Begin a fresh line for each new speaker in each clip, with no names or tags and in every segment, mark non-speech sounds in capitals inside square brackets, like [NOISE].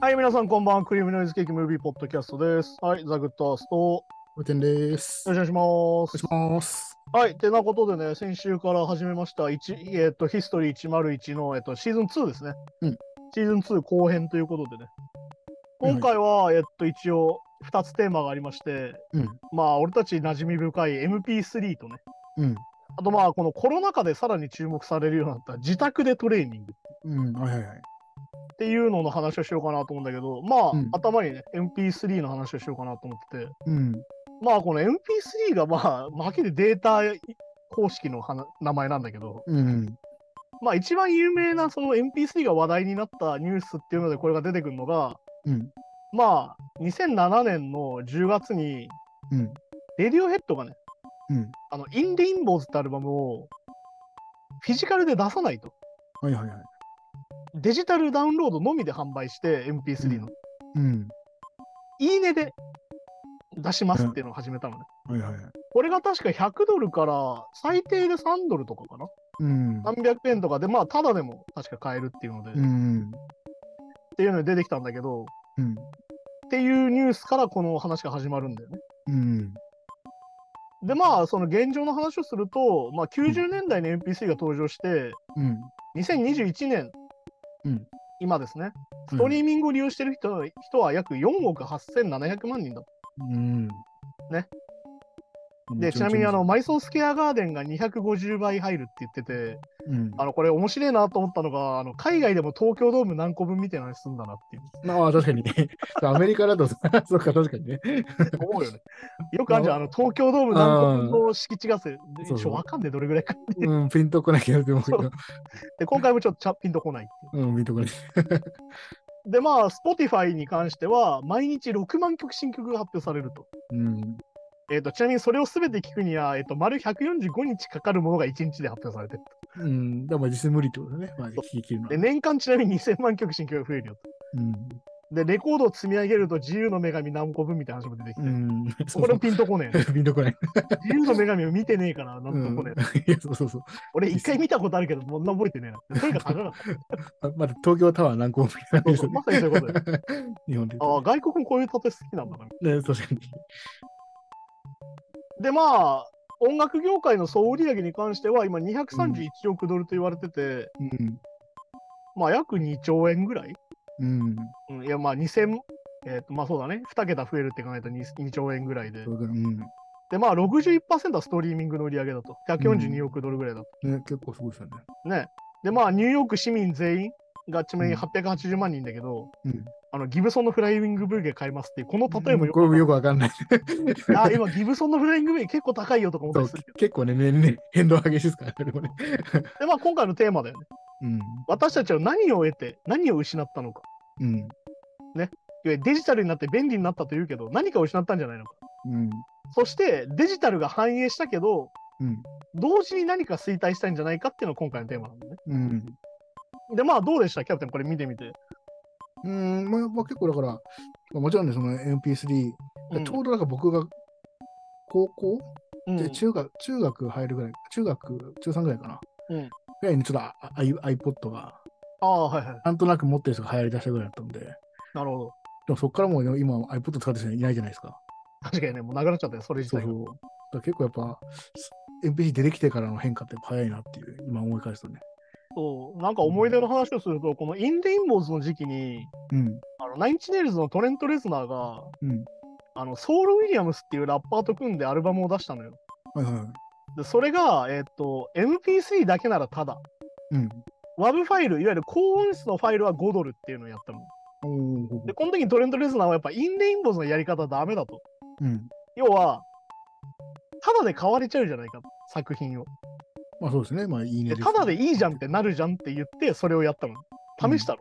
はい、皆さんこんばんは。クリームノイズケーキムービーポッドキャストです。はい、ザ・グッドアースト。よ
おてんです。
ろしくお願いします。
お願いします。
はい、てなことでね、先週から始めました、一えっとヒストリー101の、えっとシーズン2ですね。
うん
シーズン2後編ということでね。今回は、えっと一応2つテーマがありまして、
うん
まあ、俺たち馴染み深い MP3 とね、
うん。
あとまあ、このコロナ禍でさらに注目されるようになった自宅でトレーニング。
うん。はいはいはい。
っていうのの話をしようかなと思うんだけど、まあ、
うん
頭にね、MP3 の話をしようかなと思ってて、
うん。
まあ、この MP3 が、まあ、まあはっきりデータ公式の話名前なんだけど、
うん。
まあ、一番有名な、その MP3 が話題になったニュースっていうので、これが出てくるのが、
うん。
まあ、2007年の10月に、
うん。
レディオヘッドがね、
うん。
あの、イン・レインボーズってアルバムを、フィジカルで出さないと。
はいはいはい。
デジタルダウンロードのみで販売して、MP3 の、
うん。
いいねで出しますっていうのを始めたのね。
はいはいはい。
これが確か100ドルから最低で3ドルとかかな
うん。
300円とかでまあただでも確か買えるっていうので、
う
っ
ん。
ていうので出てきたんだけど
うん。
っていうニュースからこの話が始まるんだよね。
うん。
でまあその現状の話をすると、まあ、90年代に NPC が登場して
うん。
2021年、
うん
今ですねストリーミングを利用してる人は人は約4億8700万人だと。
うん。
ね。でちなみにあの、マイソースケアガーデンが250倍入るって言ってて
うん。
あのこれ面白いなと思ったのがあの海外でも東京ドーム何個分みたいな話すんだなっていう。
まあ確かにね。アメリカだと、そうか確かにね。
思うよね。 [LAUGHS] よくあるじゃん、あの東京ドーム何個分の敷地がする。でち
そ
ょ
う
っとわかんねえ、どれぐらいか。
うん。ピンとこないけど、でも、
で、今回もちょっとちゃピンとこないってい
うん、ピンとこない。
う。で、まあ、Spotify に関しては、毎日6万曲新曲が発表されると。
うん。
えっ、と、ちなみにそれを全て聞くには、えっ、と、丸145日かかるものが1日で発表されてる
うん。でも実際無理ってことだね。まあ、聞き切るの
と。で、
は。
年間ちなみに2000万曲新曲が増えるよと。で、レコードを積み上げると自由の女神何個分みたいな話も出てき
う
て。
ん。うん。
これもピンとこねえ。
[LAUGHS] ピンとこない。
自由の女神を見てねえから、なんとこねえ。
[LAUGHS] いや、そうそうそう。
俺、一回見たことあるけど、そんな覚えてねえな。とにかく高か [LAUGHS] った。
あまだ東京タワー何個も見えないですよね
まさにそういうことだよ。
日本で言う
あ
と。
あ、外国もこういう建て好きなんだな。
[LAUGHS] ね、確かに。
で、まあ、音楽業界の総売上に関しては、今231億ドルと言われてて、まあ、約2兆円ぐらい、
うん。うん。
うん、いや、まあ、2000、えっ、と、まあそうだね、2桁増えるって考えたら 2, 2兆円ぐらいで
そ。うだうん。ね、
で、まあ、61%はストリーミングの売り上げだと。142億ドルぐらいだと。
結構すごいですよね。
ね。で、まあ、ニューヨーク市民全員がちなみに
うん
880万人だけど、
うん。
あの、ギブソンのフライングブーゲー買いますっていう、この例えも
これも
よ
よくわかんない。
く、あ、今、ギブソンのフライングブーゲー結構高いよとか思った
そう
りするけど。
結構ね、年々変動激しいですからね、これ。
で、まあ、今回のテーマだよね。
うん。
私たちは何を得て何を失ったのか
うん。
いわゆるデジタルになって便利になったというけど何かを失ったんじゃないのか
うん。
そしてデジタルが反映したけど
うん。
同時に何か衰退したんじゃないかっていうのが今回のテーマなんだね
うん。
でまあどうでしたキャプテンこれ見てみて、
うん、まあ、まあ、結構だから、もちろんね、その MP3、
うん
ちょうどなんか僕が高校
うん
で中学、中学入るぐらい、中学、中3ぐらいかな。
うん
ぐらいにちょっとああ iPod が、
ああはいはい
なんとなく持ってる人が流行り出したぐらいだったんで、で
なるほど
もそこからもう今 iPod 使ってる人いないじゃないですか。
確かにねもうなくなっちゃったよそれ自
そう
体
そ
が
う。だから結構やっぱ、MPC 出てきてからの変化ってやっぱ早いなっていう、今思い返すとね。
そうなんか思い出の話をするとこのインデインボーズの時期に
うん。
あのナインチネイルズのトレント・レズナーが
うん。
あのソウル・ウィリアムスっていうラッパーと組んでアルバムを出したのよ
はいは
でそれが、えっと MP3 だけならただ
い。うん。
WAV ファイル、いわゆる高音質のファイルは5ドルっていうのをやったの。
おお
で、。この時にトレント・レズナーはやっぱインレインボーズのやり方はダメだと。
うん。
要は、ただで買われちゃうじゃないかと、作品を。
まあそうですね。まあいいね
で、
すね。
ただでいいじゃんってなるじゃんって言って、それをやったの。試したの。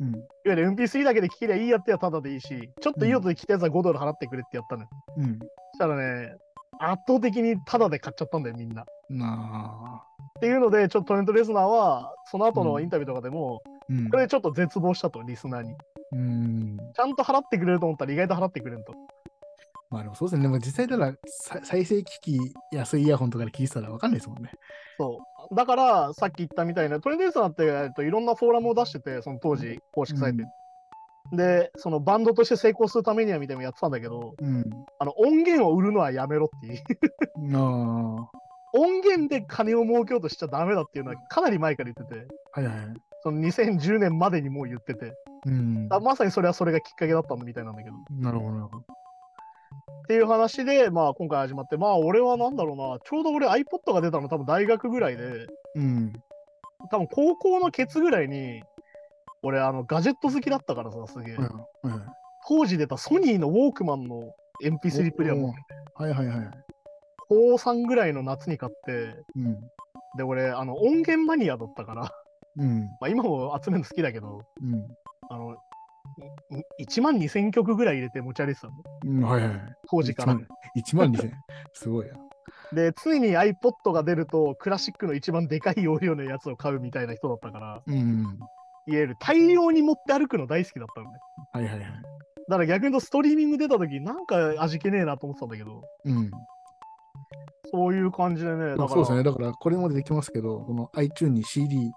うん。
いわゆる MP3 だけで聴けりゃいいやってはただでいいし、ちょっといい音で聴いたやつは5ドル払ってくれってやったのよ。
うん。
そしたらね、圧倒的にただで買っちゃったんだよ、みんな。っ
なあ。
ていうので、ちょっとトレント・レズナーは、その後のインタビューとかでも、
うん
こ。れちょっと絶望したと、リスナーに。
うん。
ちゃんと払ってくれると思ったら意外と払ってくれると。
まあでもそうですね。でも実際たださ再生機器、安いイヤホンとかで聞いてたらわかんないですもんね。
そう。だから、さっき言ったみたいな、トレンディーズなんて、えっと、いろんなフォーラムを出してて、その当時、公式サイトに。で、そのバンドとして成功するためにはみたいなのやってたんだけど、
うん。
あの音源を売るのはやめろっていう。 [LAUGHS]
あ
音源で金を儲けようとしちゃダメだっていうのはかなり前から言ってて、
あ。はいはい。
その2010年までにもう言ってて、
うん。
だまさにそれはそれがきっかけだったみたいなんだけど。っ
なるほど、なるほど。
ていう話で、まあ今回始まって、まあ俺はなんだろうな、ちょうど俺 iPod が出たの多分大学ぐらいで、
うん。
多分高校のケツぐらいに、俺あのガジェット好きだったからさ、すげえ。
はいはい。
当時出たソニーのウォークマンの MP3 プレイヤーも、
おはいはいはい。
高3ぐらいの夏に買って、
うん。
で、俺、あの、音源マニアだったから、 [LAUGHS]
うん。
まあ今も集めるの好きだけど、
うん
あの、いい1万2000曲ぐらい入れて持ち歩いてたの、
うん。はいはいはい。
当時から。
1万2000。すごいな。
で、ついに iPod が出ると、クラシックの一番でかい容量のやつを買うみたいな人だったから、
うん。
いわゆる大量に持って歩くの大好きだったのね。
はいはいはい。
だから逆に言うと、ストリーミング出た時なんか味気ねえなと思ってたんだけど、
うん。
そういう感じでね、だから、
そうですね。だから、これも出てきますけど、この iTune に CD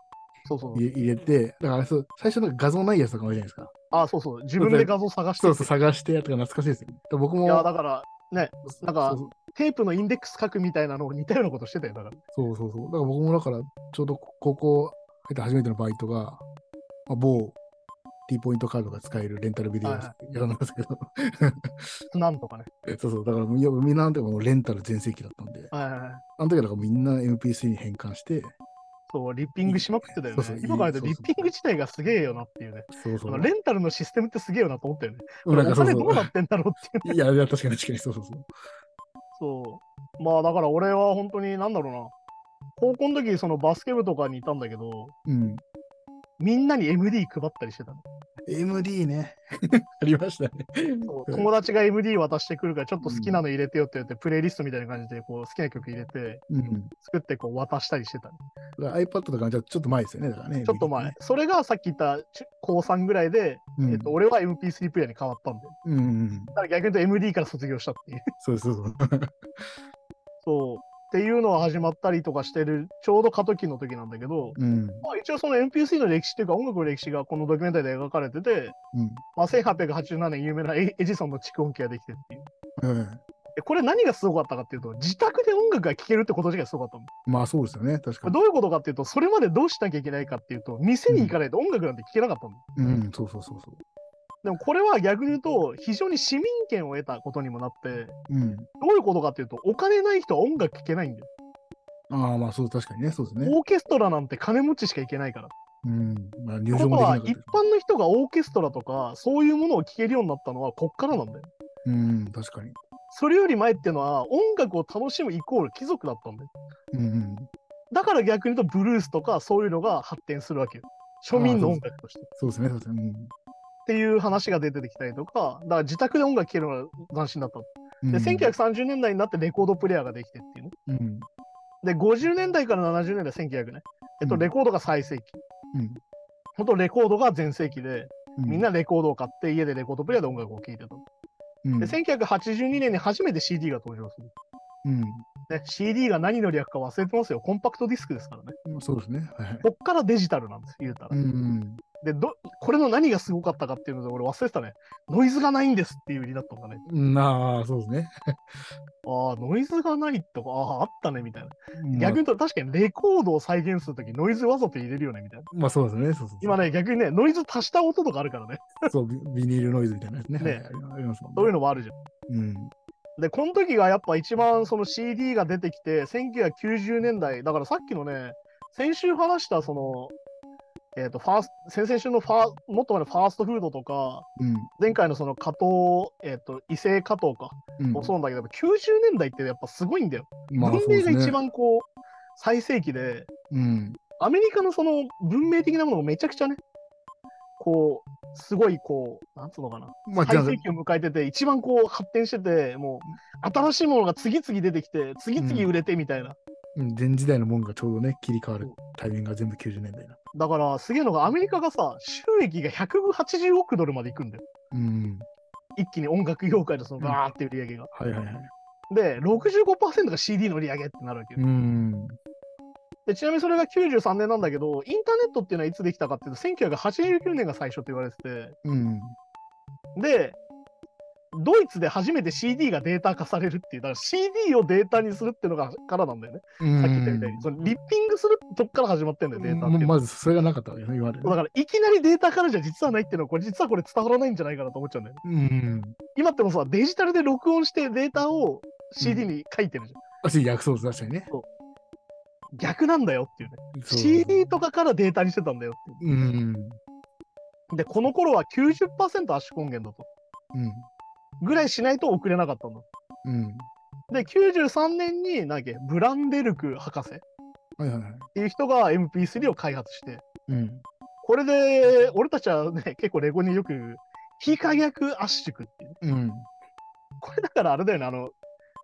そうそう
入れ入れて、だからそう最初の画像ないやつとかもあるじゃないですか。
あ、そうそう、自分で画像探して
そうそう、探してやつが懐かしいですよね。だから僕も、
いや、だから、なんか
そう
テープのインデックス書くみたいなのを似たようなことしてたよ、だから。
そうそうそう。だから僕もだから、ちょうど高校入って初めてのバイトが、まあ、某 T ポイントカードが使えるレンタルビデオ屋さんやらなんですけど、 [LAUGHS]
なんとかね。
そうそう、だからいやみんななんていうかもうレンタル全盛期だったんで、
はいはいはい。
あの時はだからみんな MP3 に変換して、
そう、リッピングしまくってたよ
そうそ
ね
ういい。
今から言うと、
そう
リ
そう
ッピング自体がすげえよなっていうね。
そうそ
あの
う。
レンタルのシステムってすげえよなと思ったよね。
うんなん
お
かそう
金ど
そう
なってんだろうっていう。
う。いや、いや確かに確かに、そうそうそう。
そう。まあだから俺は本当に、なんだろうな。高校の時、そのバスケ部とかにいたんだけど、
うん。
みんなに MD 配ったりしてたの。
MD ね。 [LAUGHS] ありましたね。
そう友達が MD 渡してくるから、ちょっと好きなの入れてよって言って、プレイリストみたいな感じで、こう、好きな曲入れて、
うん。
作ってこう渡したりしてたの。
だから iPad とかじゃちょっと前ですよね、だからね。
ちょっと前。それがさっき言った中高3ぐらいで、
うん。
えっと、俺は MP3 プレイヤーに変わったんで。
うんうん。
だから逆に言うと MD から卒業したっていう。
そうそう [LAUGHS] そう。
[LAUGHS] そう。っていうのが始まったりとかしてる、ちょうど過渡期の時なんだけど、
うん。
まあ、一応その MP3 の歴史というか音楽の歴史がこのドキュメンタリーで描かれてて、
うん。
まあ、1887年有名なエエジソンの蓄音機ができてっていう。
うん
でこれ何がすごかったかっていうと、自宅で音楽が聴けるってこと自体がすごかったの。
まあそうですよね、確か
これ
に。
どういうことかっていうと、それまでどうしなきゃいけないかっていうと、店に行かないと音楽なんて聴けなかったの。
うん、そうそうそうそ
でもこれは逆に言うと、非常に市民権を得たことにもなって、
う。うん。
どういうことかっていうと、お金ない人は音楽聴けないんだよ。
ああ、まあそう、確かにね、そうですね。
オーケストラなんて金持ちしか行けないから。っ
うん。まあ入
て
場
こと
もできな
は、
かっ
一
た。
般の人がオーケストラとか、そういうものを聴けるようになったのは、こっからなんだよ。
うん、確かに。
それより前ってのは、音楽を楽しむイコール貴族だったんだよ。
うんうん。
だから逆に言うと、ブルースとかそういうのが発展するわけよ。庶民の音楽として。っ
そうですね、そうですね。
ていう話が出てきたりとか、だから自宅で音楽聴けるのが斬新だったの。
うん。
で、
うん、
1930年代になってレコードプレイヤーができてっていうね。
うん。
で、50年代から70年代、1900ね。えっと、
うん
レコードが最盛期。
うん。
本当レコードが全盛期で、
う
みん、なレコードを買って、家でレコードプレイヤーで音楽を聴いてた。
うん、
で、1982年に初めて CD が登場する。
うん。
ね、CD が何の略か忘れてますよ。コンパクトディスクですからね。
うんそうですね。はいはい。
こっからデジタルなんです、言うたら
う。ん。
でど、これの何がすごかったかっていうので、俺忘れてたね。ノイズがないんですっていう売りだったんだね。
うんなあ、そうですね。
ああ、ノイズがないとか、ああ、あったね、みたいな。
まあ
逆に言うと、確かにレコードを再現するとき、ノイズわざと入れるよね、みたいな。
まあそうですね。そうそうそう
今ね、逆にね、ノイズ足した音とかあるからね。
そうビ、ビニールノイズみたいなやつね。
ね
はいありますもんね。
そういうのもあるじゃん。
うん。
で、この時がやっぱ一番その CD が出てきて、1990年代、だからさっきのね、先週話したその、えっ、と、ファース先々週のファー、もっと前のファーストフードとか、
うん。
前回のその加藤、えっ、と、異性加藤か、
うん。
もそうなんだけど、やっぱ90年代ってやっぱすごいんだよ。
まあ
文
そうで
明
す
が
ね
一。番こう、最盛期で、
うん。
アメリカのその文明的なものがめちゃくちゃね、こう、すごいこう、なんつうのかな、
まあ、じゃ
最
あ、
盛期を迎えてて、一番こう発展してて、もう新しいものが次々出てきて、次々売れてみたいな。
うん前時代のもんがちょうどね、切り替わるタイミングが全部90年代だ。
だからすげえのが、アメリカがさ、収益が180億ドルまでいくんだよ。
うん。
一気に音楽業界のそのガーって売り上げが。
はいはいはい。
で、65%が CD の売り上げってなるわけよ。
うん。
でちなみにそれが93年なんだけど、インターネットっていうのはいつできたかっていうと、1989年が最初と言われてて、
うん。
で、ドイツで初めて CD がデータ化されるっていう、だから CD をデータにするっていうのがからなんだよね。さっき言ったみたいに、そのリッピングするとこから始まってんだよ、データっていう
ま
の
ま
は
ずそれがなかったわけよね、今までね
だからいきなりデータからじゃ実はないっていうのはこれ実はこれ伝わらないんじゃないかなと思っちゃうんだよね。
うん。
今ってもさデジタルで録音してデータを CD に書いてるじゃん。
あ、し、薬草図出したりね。
逆なんだよっていうね。
そう
CD とかからデータにしてたんだよってい
うん。
う。でこの頃は90%圧縮音源だと。
うん。
ぐらいしないと送れなかったんだ。
うん。
で93年に何だっけブランデルク博士っ
はいはいはい。
ていう人が MP3 を開発して
うん。
これで俺たちはね結構レゴによく非可逆圧縮ってい
う
う
ん。
これだからあれだよね、あの、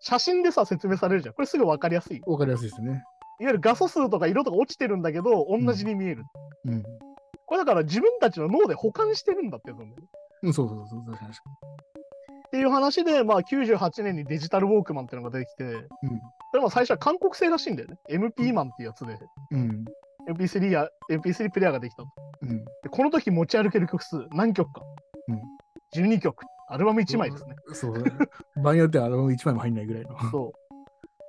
写真でさ、説明されるじゃん。これすぐ分かりやすい。い
わかりやすいですね。
わゆる画素数とか色とか落ちてるんだけど、同じに見える。
うん。
これだから自分たちの脳で保管してるんだってやつなんだよね。
うん、そうそうそう。確かに確か
っていう話で、まあ98年にデジタルウォークマンっていうのが出てきて、
に。
これも最初は韓国製らしいんだよね。MP マンっていうやつで、
うん。うん。
MP3 や、MP3 プレイヤーができたの。
うん。
でこの時持ち歩ける曲数、何曲か。
うん
12曲。アルバム1枚ですね。
そう。場合によっては、あの、1枚も入んないぐらいの。
そ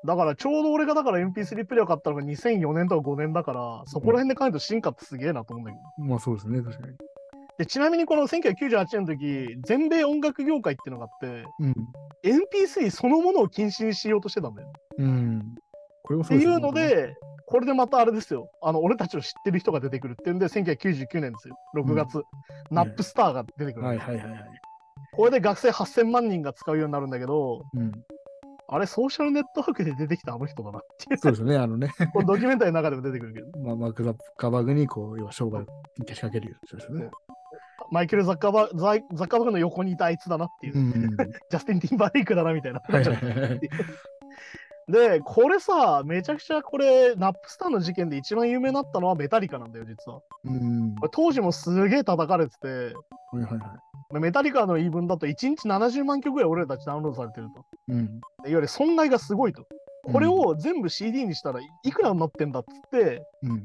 う。だからちょうど俺がだから MP3 プレイヤー買ったのが2004年とか5年だから、そこら辺で考えると進化ってすげえなと思うんだけど。
まあそうですね、確かに。
で、ちなみにこの1998年の時、全米音楽業界っていうのがあって、
うん。
MP3 そのものを禁止にしようとしてたんだよね。
うん。これも
っ
そ
て
う
い
ですね
うの、で、これでまたあれですよ。あの、俺たちの知ってる人が出てくるっていうんで、1999年ですよ。6月、ナップスターが出てくる。
はいはいはいはい。
これで学生8000万人が使うようになるんだけど、
うん。
あれ、ソーシャルネットワークで出てきたあの人だなっていう。
そうですね、あのね、
このドキュメンタリーの中でも出てくるけど。
まあ、マーク・ザッカーバーグに、こう、要は商売にけしかけるような人ですね。
マイケル・ザッカーバーザイザッカーバーグの横にいたあいつだなっていう、
うん。
ジャスティン・ティンバーレイクだなみたいな。
はいはいはいはい。
で、これさ、めちゃくちゃこれ、ナップスターの事件で一番有名になったのはメタリカなんだよ、実は。
うん。
これ当時もすげえ叩かれてて、
はいはいは
まあメタリカの言い分だと1日70万曲ぐらい俺たちダウンロードされてると。
い。うん。
でいわゆる損害がすごいと。これを全部 CD にしたらいいくらになってんだっつって、
うん。
訴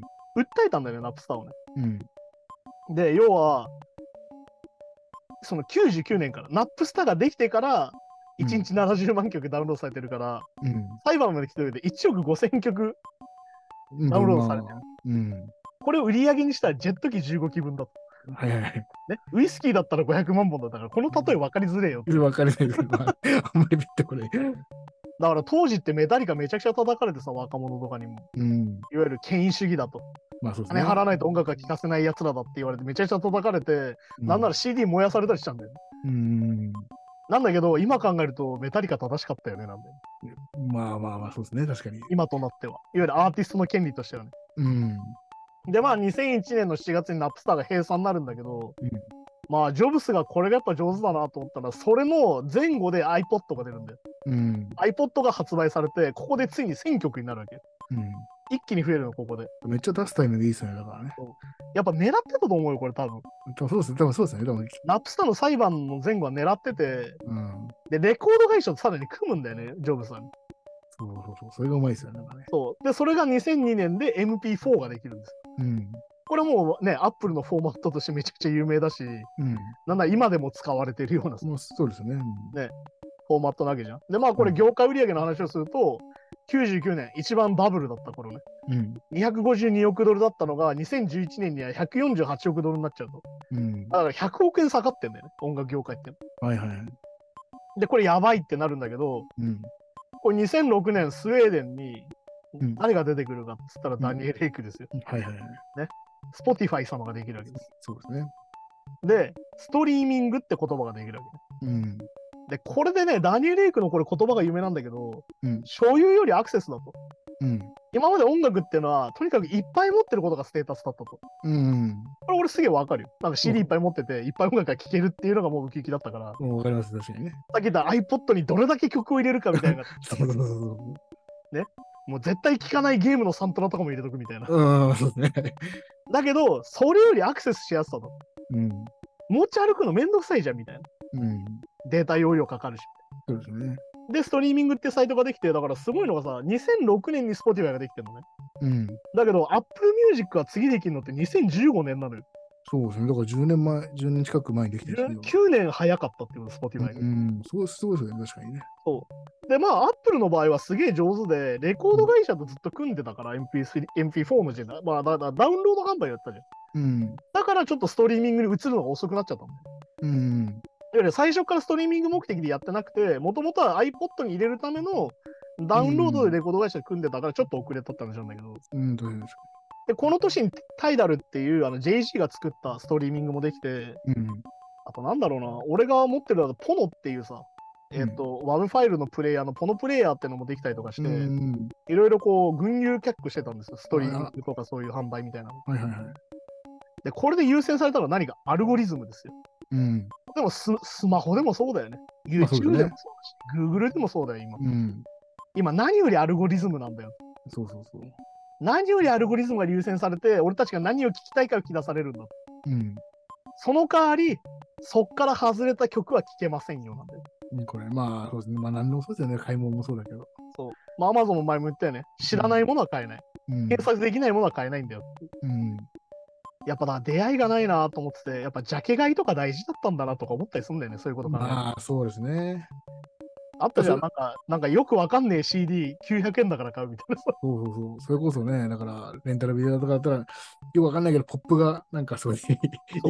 えたんだよね、ナップスターをね。
うん。
で、要は、その99年から、ナップスターができてから、
うん
1日70万曲ダウンロードされてるから、
うん。
裁判まで来てるで1億5000曲、
うん
ダウンロードされてる。
うん。
これを売り上げにしたらジェット機15機分だと。
はいはいはい。
ね、ウイスキーだったら500万本だったから、この例え分かりづれえよ。
分かりないですけど、まああんまりピッとこない。
だから当時ってメタリカめちゃくちゃ叩かれてさ、若者とかにも。
うん。
いわゆる権威主義だと。
まあそうです
金
ね。
払わないと音楽が聴かせない奴らだって言われて、めちゃくちゃ叩かれて、なんなら CD 燃やされたりしたんだよね。
うん。
なんだけど、今考えるとメタリカ正しかったよね、なんで。
まあまあまあ、そうですね、確かに。
今となっては。いわゆるアーティストの権利としてはね。
うん。
で、まあ2001年の7月にナップスターが閉鎖になるんだけど、
うん
まあジョブスがこれがやっぱ上手だなと思ったら、それの前後で iPod が出るんだよ。
うん。
iPod が発売されて、ここでついに1000曲になるわけ。一気に増えるの、ここで。
うん。めっちゃ出すタイミングいいですよね、だからね。
やっぱ狙ってたと思うよ、これ多分。
多分そうですね、多分そうですね、多分。
ナップスターの裁判の前後は狙ってて、
うん。
で、レコード会社とさらに組むんだよね、ジョブスはね。
そうそうそう、それがうまいですよね、なんかね。
そう。で、それが2002年で MP4 ができるんです。
うん。
これもうね、アップルのフォーマットとしてめちゃくちゃ有名だし、
うん。
なんなら今でも使われてるような
まあそうですね。
フォーマットなわけじゃん。で、まあこれ
うん
業界売上の話をすると、99年、一番バブルだった頃ね、
うん。
252億ドルだったのが、2011年には148億ドルになっちゃうと。
うん。
だから100億円下がってんだよね、音楽業界って。
はいはい。
で、これやばいってなるんだけど、
うん。
これ2006年、スウェーデンに
うん
誰が出てくるかっつったらダニエル・エイクですよ。
はいはいはい。
スポティファイ様ができるわけです。
そうですね。
で、ストリーミングって言葉ができるわけね。
うん。
で、これでね、ダニエル・エイクのこれ言葉が有名なんだけど、
うん
所有よりアクセスだと。
うん。
今まで音楽っていうのは、とにかくいっぱい持ってることがステータスだったと。こ
うん。
れ俺すげえわかるよ。なんか
うん
CD いっぱい持ってて、いっぱい音楽が聴けるっていうのがもうウキウキだったから、さ
もうわかります、確か [LAUGHS] にね。
っき言った iPod にどれだけ曲を入れるかみたいな、
そうそうそう
もう絶対聴かないゲームのサントラとかも入れとくみたいな。
そう。うん、そうですね。
だけど、それよりアクセスしやすさと。
うん。
持ち歩くのめんどくさいじゃんみたいな。
うん。
データ容量かかるし。
そうですね。
で、ストリーミングってサイトができて、だからすごいのがさ、2006年に Spotify ができてるのね。
うん。
だけど、Apple Music が次できるのって2015年なのよ。
そうですね。だから10年前、10年近く前にできてるんです
9年早かったっていうの、Spotify が。
けど。うん、そうすごいですよね、確かにね。
で、まあ、アップルの場合はすげえ上手で、レコード会社とずっと組んでたから、MP3、MP4 の時代、まあ、だだダウンロード販売やったじゃん。
うん。
だからちょっとストリーミングに移るのが遅くなっちゃったんだよ。
うん。
いわゆる最初からストリーミング目的でやってなくて、もともとは iPod に入れるためのダウンロードでレコード会社組んでたから、ちょっと遅れとったんじゃんだけど。
うん、確かに確か
で、この年にタイダルっていうあの JG が作ったストリーミングもできて、
に。うん。
あとなんだろうな、俺が持ってるのはポノっていうさ、えっ、と、WAV ファイルのプレイヤーのポノプレイヤーってのもできたりとかして、
うん。
いろいろこう、群雄脚してたんですよ。ストリーミングとかそういう販売みたいなの。
はいはいはい。
で、これで優先されたのは何かアルゴリズムですよ。
うん。
でもス、スマホでもそうだよね。
まあそうだ
YouTube
ね
でもそうだし、Google でもそうだよ、今。
うん。
今、何よりアルゴリズムなんだよ。
そうそうそう。
何よりアルゴリズムが優先されて、俺たちが何を聞きたいかを聞き出されるんだ。
うん。
その代わり、そっから外れた曲は聴けませんよ、なんで。
これ、まあ、そうですね。まあ、何でもそうですよね。買い物もそうだけど。
まあ、Amazon も前も言ったよね。知らないものは買えない。
うん。
検索できないものは買えないんだよ。
うん。
やっぱだ、出会いがないなと思ってて、やっぱジャケ買いとか大事だったんだなとか思ったりするんだよね、そういうこと考えると
まあ、そうですね。
あったじゃん、
そう
なんか、なんかよくわかんねえ CD900 円だから買うみたいなさ。
そうそうそう。それこそね、だから、レンタルビデオとかだったら、よくわかんないけど、ポップが、なんかすごい、い [LAUGHS]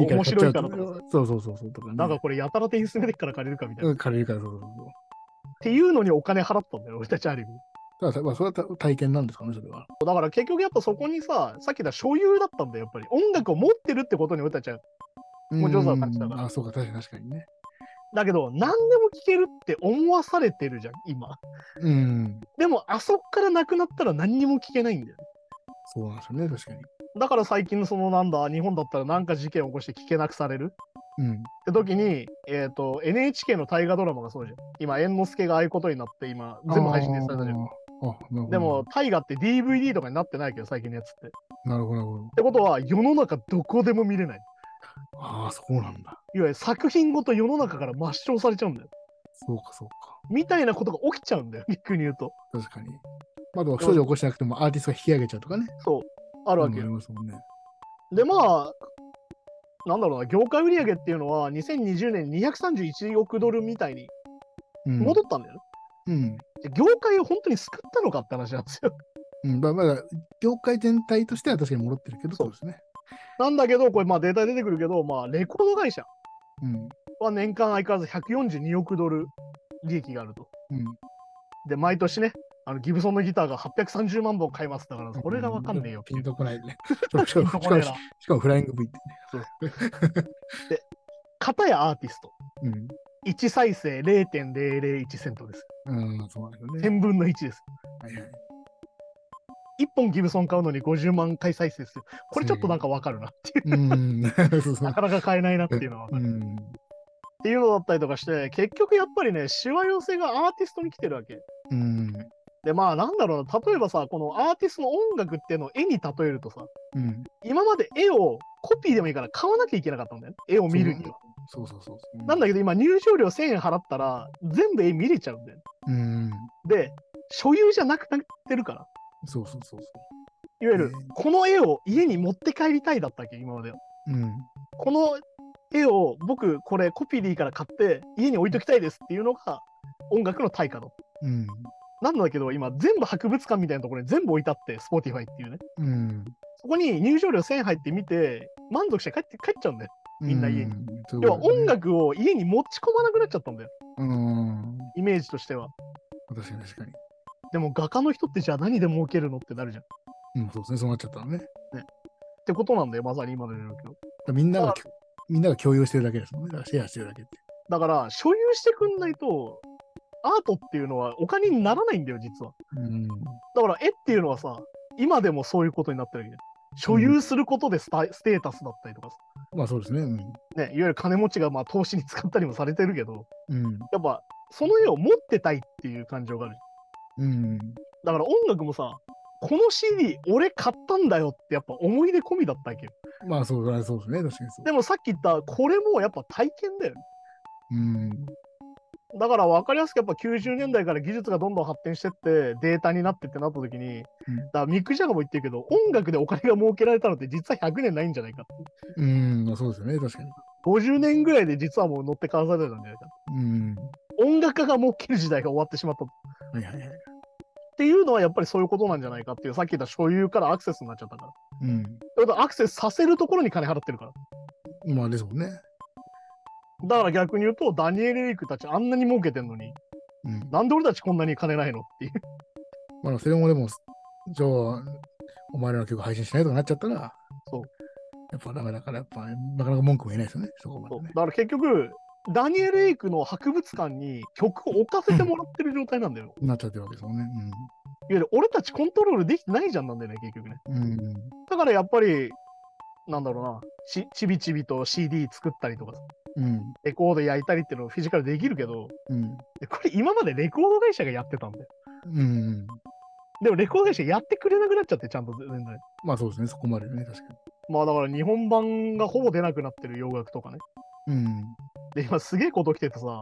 いから買っちゃうと
面白いからと
そうそうそうそう。とかね。
なんかこれやたら手薄めてっから借りるかみたいな。
う
っ
ん、借りるから、そうそうそう。
ていうのにお金払ったんだよ、俺たちある意味。
ただ、まあ、それはた体験なんですかね、それは。
だから結局やっぱそこにさ、さっき言った所有だったんだよ、やっぱり。音楽を持ってるってことに俺たちは。もう上手な感じだから
うんあ、そうか、確かに確かにね。
だけど、何でも聴けるって思わされてるじゃん、今。
うん。
でも、あそこからなくなったら何にも聞けないんだよ。
そうなんですよね、確かに。
だから最近、そのなんだ、日本だったらなんか事件を起こして聞けなくされる
うん。
って時に、えっ、と、NHK の大河ドラマがそうじゃん。今、猿之助がああいうことになって、今、全部配信されたじ
あー
ゃん。
あ、なるほど。
でも、、大河って DVD とかになってないけど、最近のやつって。っ
なるほど、なるほど。
てことは、世の中どこでも見れない。
ああ、そうなんだ。
いわゆる作品ごと世の中から抹消されちゃうんだよ。
そうか、そうか。
みたいなことが起きちゃうんだよ、逆に言うと。
確かに。まあ、でも、不祥事起こしてなくても、アーティストが引き上げちゃうとかね。
そう。あ
あ
るわけよ。
りますもんね。
で、まあ、なんだろうな、業界売上っていうのは、2020年に231億ドルみたいに
うん。
戻ったんだよね。
うん。
で業界を本当に救ったのかって話なんですよ。
うん、まあ、まだ、業界全体としては確かに戻ってるけど、
そ
そううですね。
なんだけど、これ、まあデータ出てくるけど、まあ、レコード会社
うん。
は年間相変わらず142億ドル利益があると。
うん。
で、毎年ね、あのギブソンのギターが830万本買いますだから、それがわかんねえよ。
ピンとこない
[LAUGHS]
ね。しかも、し
ピンと
か
こね
も、
えな
しかもフライング V って
片やアーティスト、
ね。
1再生0.001セントです。
うん。うん、そうなんだよね。
1000分の1です。
はいはい。
1本ギブソン買うのに50万回再生ですよ。これちょっとなんかわかるなっていう。
うん。 [LAUGHS] そうそう
なかなか買えないなっていうのはわか
う
る、っ
ん。
ていうのだったりとかして、結局やっぱりね、しわ寄せがアーティストに来てるわけ。
うん。
で、まあなんだろうな、例えばさ、このアーティストの音楽っていうのを絵に例えるとさ、
うん。
今まで絵をコピーでもいいから買わなきゃいけなかったんだよね。絵を見るには。
そうそうそう。
なんだけど今入場料1000円払ったら全部絵見れちゃうんだよ。
うん。
で、所有じゃなくなってるから。
そうそうそうそ
いわゆる
うん、
この絵を家に持って帰りたいだったっけ、今までは。
う。うん。
この絵を僕、これコピーでいいから買って、家に置いときたいですっていうのが音楽の対価だ。
うん。
なんだけど、今、全部博物館みたいなところに全部置いてあって、Spotify っていうね。
うん。
そこに入場料1000円入って見て、満足して帰って帰っちゃうんだよ。みんな家に
う。そうい
要
う
は
こと
音
ね。
楽を家に持ち込まなくなっちゃったんだよ、
うん。
イメージとしては。
確かに確かに。
でも画家の人ってじゃあ何で儲けるのってなるじゃん。っ
うん、そうですね。そうなっちゃったのね。だか
てことなんだよ、まさに今の状況。
らみんなが、みんなが共有してるだけですもんね。だからシェアしてるだけって。
だから、所有してくんないと、アートっていうのはお金にならないんだよ、実は。
うん。
だから、絵っていうのはさ、今でもそういうことになってるわけじゃん。所有することでスタ、ステータスだったりとかさ、
まあそうですね。うん。
ね、いわゆる金持ちがまあ投資に使ったりもされてるけど、
うん。
やっぱ、その絵を持ってたいっていう感情がある。
うん。
だから音楽もさ、この CD 俺買ったんだよってやっぱ思い出込みだったわけよ。
まあそうだ、そうですね。確かにそう。
でもさっき言った、これもやっぱ体験だよね。
うん。
だから分かりやすくやっぱ90年代から技術がどんどん発展してってデータになってってなった時に、
うん
だからミック・ジャガーも言ってるけど音楽でお金が儲けられたのって実は100年ないんじゃないかって
うん、まあそうですよね、確かに。
50年ぐらいで実はもう乗ってかわされたんじゃないか
うん。
音楽家が儲ける時代が終わってしまったっ
はいはいはい。
ていうのはやっぱりそういうことなんじゃないかっていうさっき言った所有からアクセスになっちゃったから
うん。
だからアクセスさせるところに金払ってるから
まあですもんね。
だから逆に言うとダニエル・エリックたちあんなに儲けてんのに
うん。
なんで俺たちこんなに金ないのっていう
まあそれもでも、じゃあ、お前らの曲配信しないとかなっちゃったら、
そう。
やっぱダメだから、やっぱ、なかなか文句も言えないですよね、そこま
そう
で
だ
ね。
から結局、ダニエル・エイクの博物館に曲を置かせてもらってる状態なんだよ。
なっちゃってるわけですもんね。
いわゆる俺たちコントロールできてないじゃんなんだよね、結局ね。
うん。うん。
だからやっぱり、なんだろうな、ちちびちびと CD 作ったりとかさ、
うん。
レコード焼いたりっていうのをフィジカルできるけど、
うん。
でこれ今までレコード会社がやってたんだよ。
うん。
でもレコード会社やってくれなくなっちゃって、ちゃんと全然。
まあそうですね、そこまでね、確か
まあだから日本版がほぼ出なくなってる洋楽とかね。
に。
で、今すげえこと起きててさ、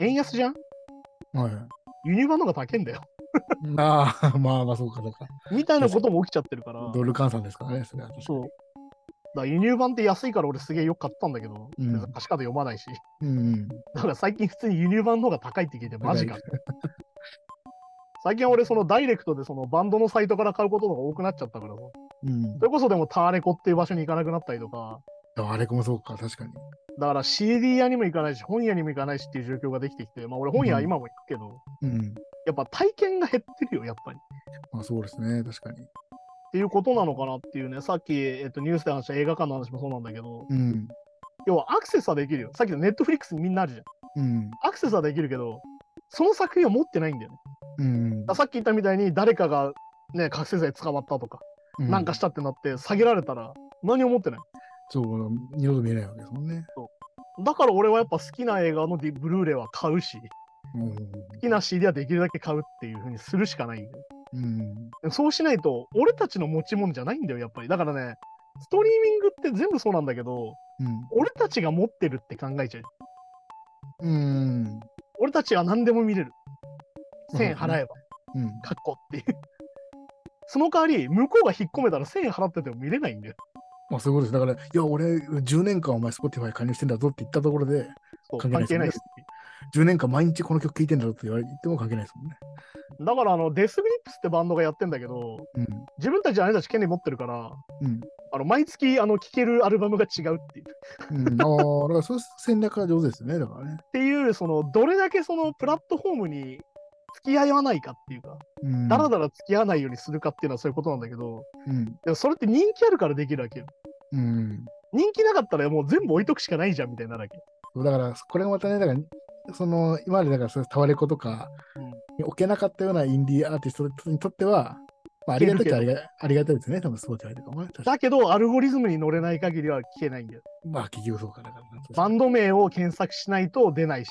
円安じゃん
うん。はい
[LAUGHS]
はい。
輸入版の方が高いんだよ。
ああ、まあまあそうか、そうか。
みたいなことも起きちゃってるから。
ドル換算ですからね、それは。
そう。だから輸入版って安いから俺すげえよく買ったんだけど、
うん
別に貸しカード読まないし。 [LAUGHS]
うん。
だから最近普通に輸入版の方が高いって聞いてマジか。最近俺そのダイレクトでそのバンドのサイトから買うことが多くなっちゃったからさ
うん
そ。れこそでもターレコっていう場所に行かなくなったりとか、
あれもそうか、確かに。
だから CD 屋にも行かないし、本屋にも行かないしっていう状況ができてきて、まあ俺本屋は今も行くけど、
うん。
やっぱ体験が減ってるよ、やっぱり。っ
まあそうですね、確かに。
ていうことなのかなっていうね、さっき、えっと、ニュースで話した映画館の話もそうなんだけど、
うん。
要はアクセスはできるよ。さっきのネットフリックスにみんなあるじゃん。
うん。
アクセスはできるけど、その作品を持ってないんだよね。
うん
だ。さっき言ったみたいに、誰かが、ね、覚醒剤捕まったとか、なんかしたってなって、下げられたら、何も持ってない。
そう、二度と見えないわけですもんね。
だから俺はやっぱ好きな映画のディブルーレイは買うし、好きな CD はできるだけ買うっていう風にするしかないんだよ。
うん。
そうしないと、俺たちの持ち物じゃないんだよ、やっぱり。だからね、ストリーミングって全部そうなんだけど、
うん。
俺たちが持ってるって考えちゃう。
うん。
俺たちは何でも見れる。1000円払えば。
うん。
かっこっていう。その代わり、向こうが引っ込めたら1000円払ってても見れないんだよ。
まあそういうことです。だから、いや、俺、10年間お前、Spotify 加入してんだぞって言ったところで、
そう
関
関
係ないです
係ないです。
10年間毎日この曲聴いてんだぞって言われても関係ないですもんね。
だから、あの、デスグリップスってバンドがやってんだけど、自分たちはあれたち権利持ってるから、
うん
あの毎月、あの、聴けるアルバムが違うっていう。っ
うん。うん、ああ、だからそういう戦略が上手ですよね、だからね。
ていう、その、どれだけその、プラットフォームに付き合わないかっていう
[LAUGHS]
か、
うん。
だらだら付き合わないようにするかっていうのはそういうことなんだけど、
うん。
でもそれって人気あるからできるわけよ。
うん。
人気なかったらもう全部置いとくしかないじゃんみたいになるわけ。
そうだから、これがまたね、だから、その、今までだから、そういうタワレコとか、置けなかったようなインディーアーティストにとっては、まあ、ありがたいっちゃありがありがたいですね、多分、スポーツとかもね。確か
だけど、アルゴリズムに乗れない限りは聴けないんだよ。
にまあ、結局そうかだからな。
バンド名を検索しないと出ないし、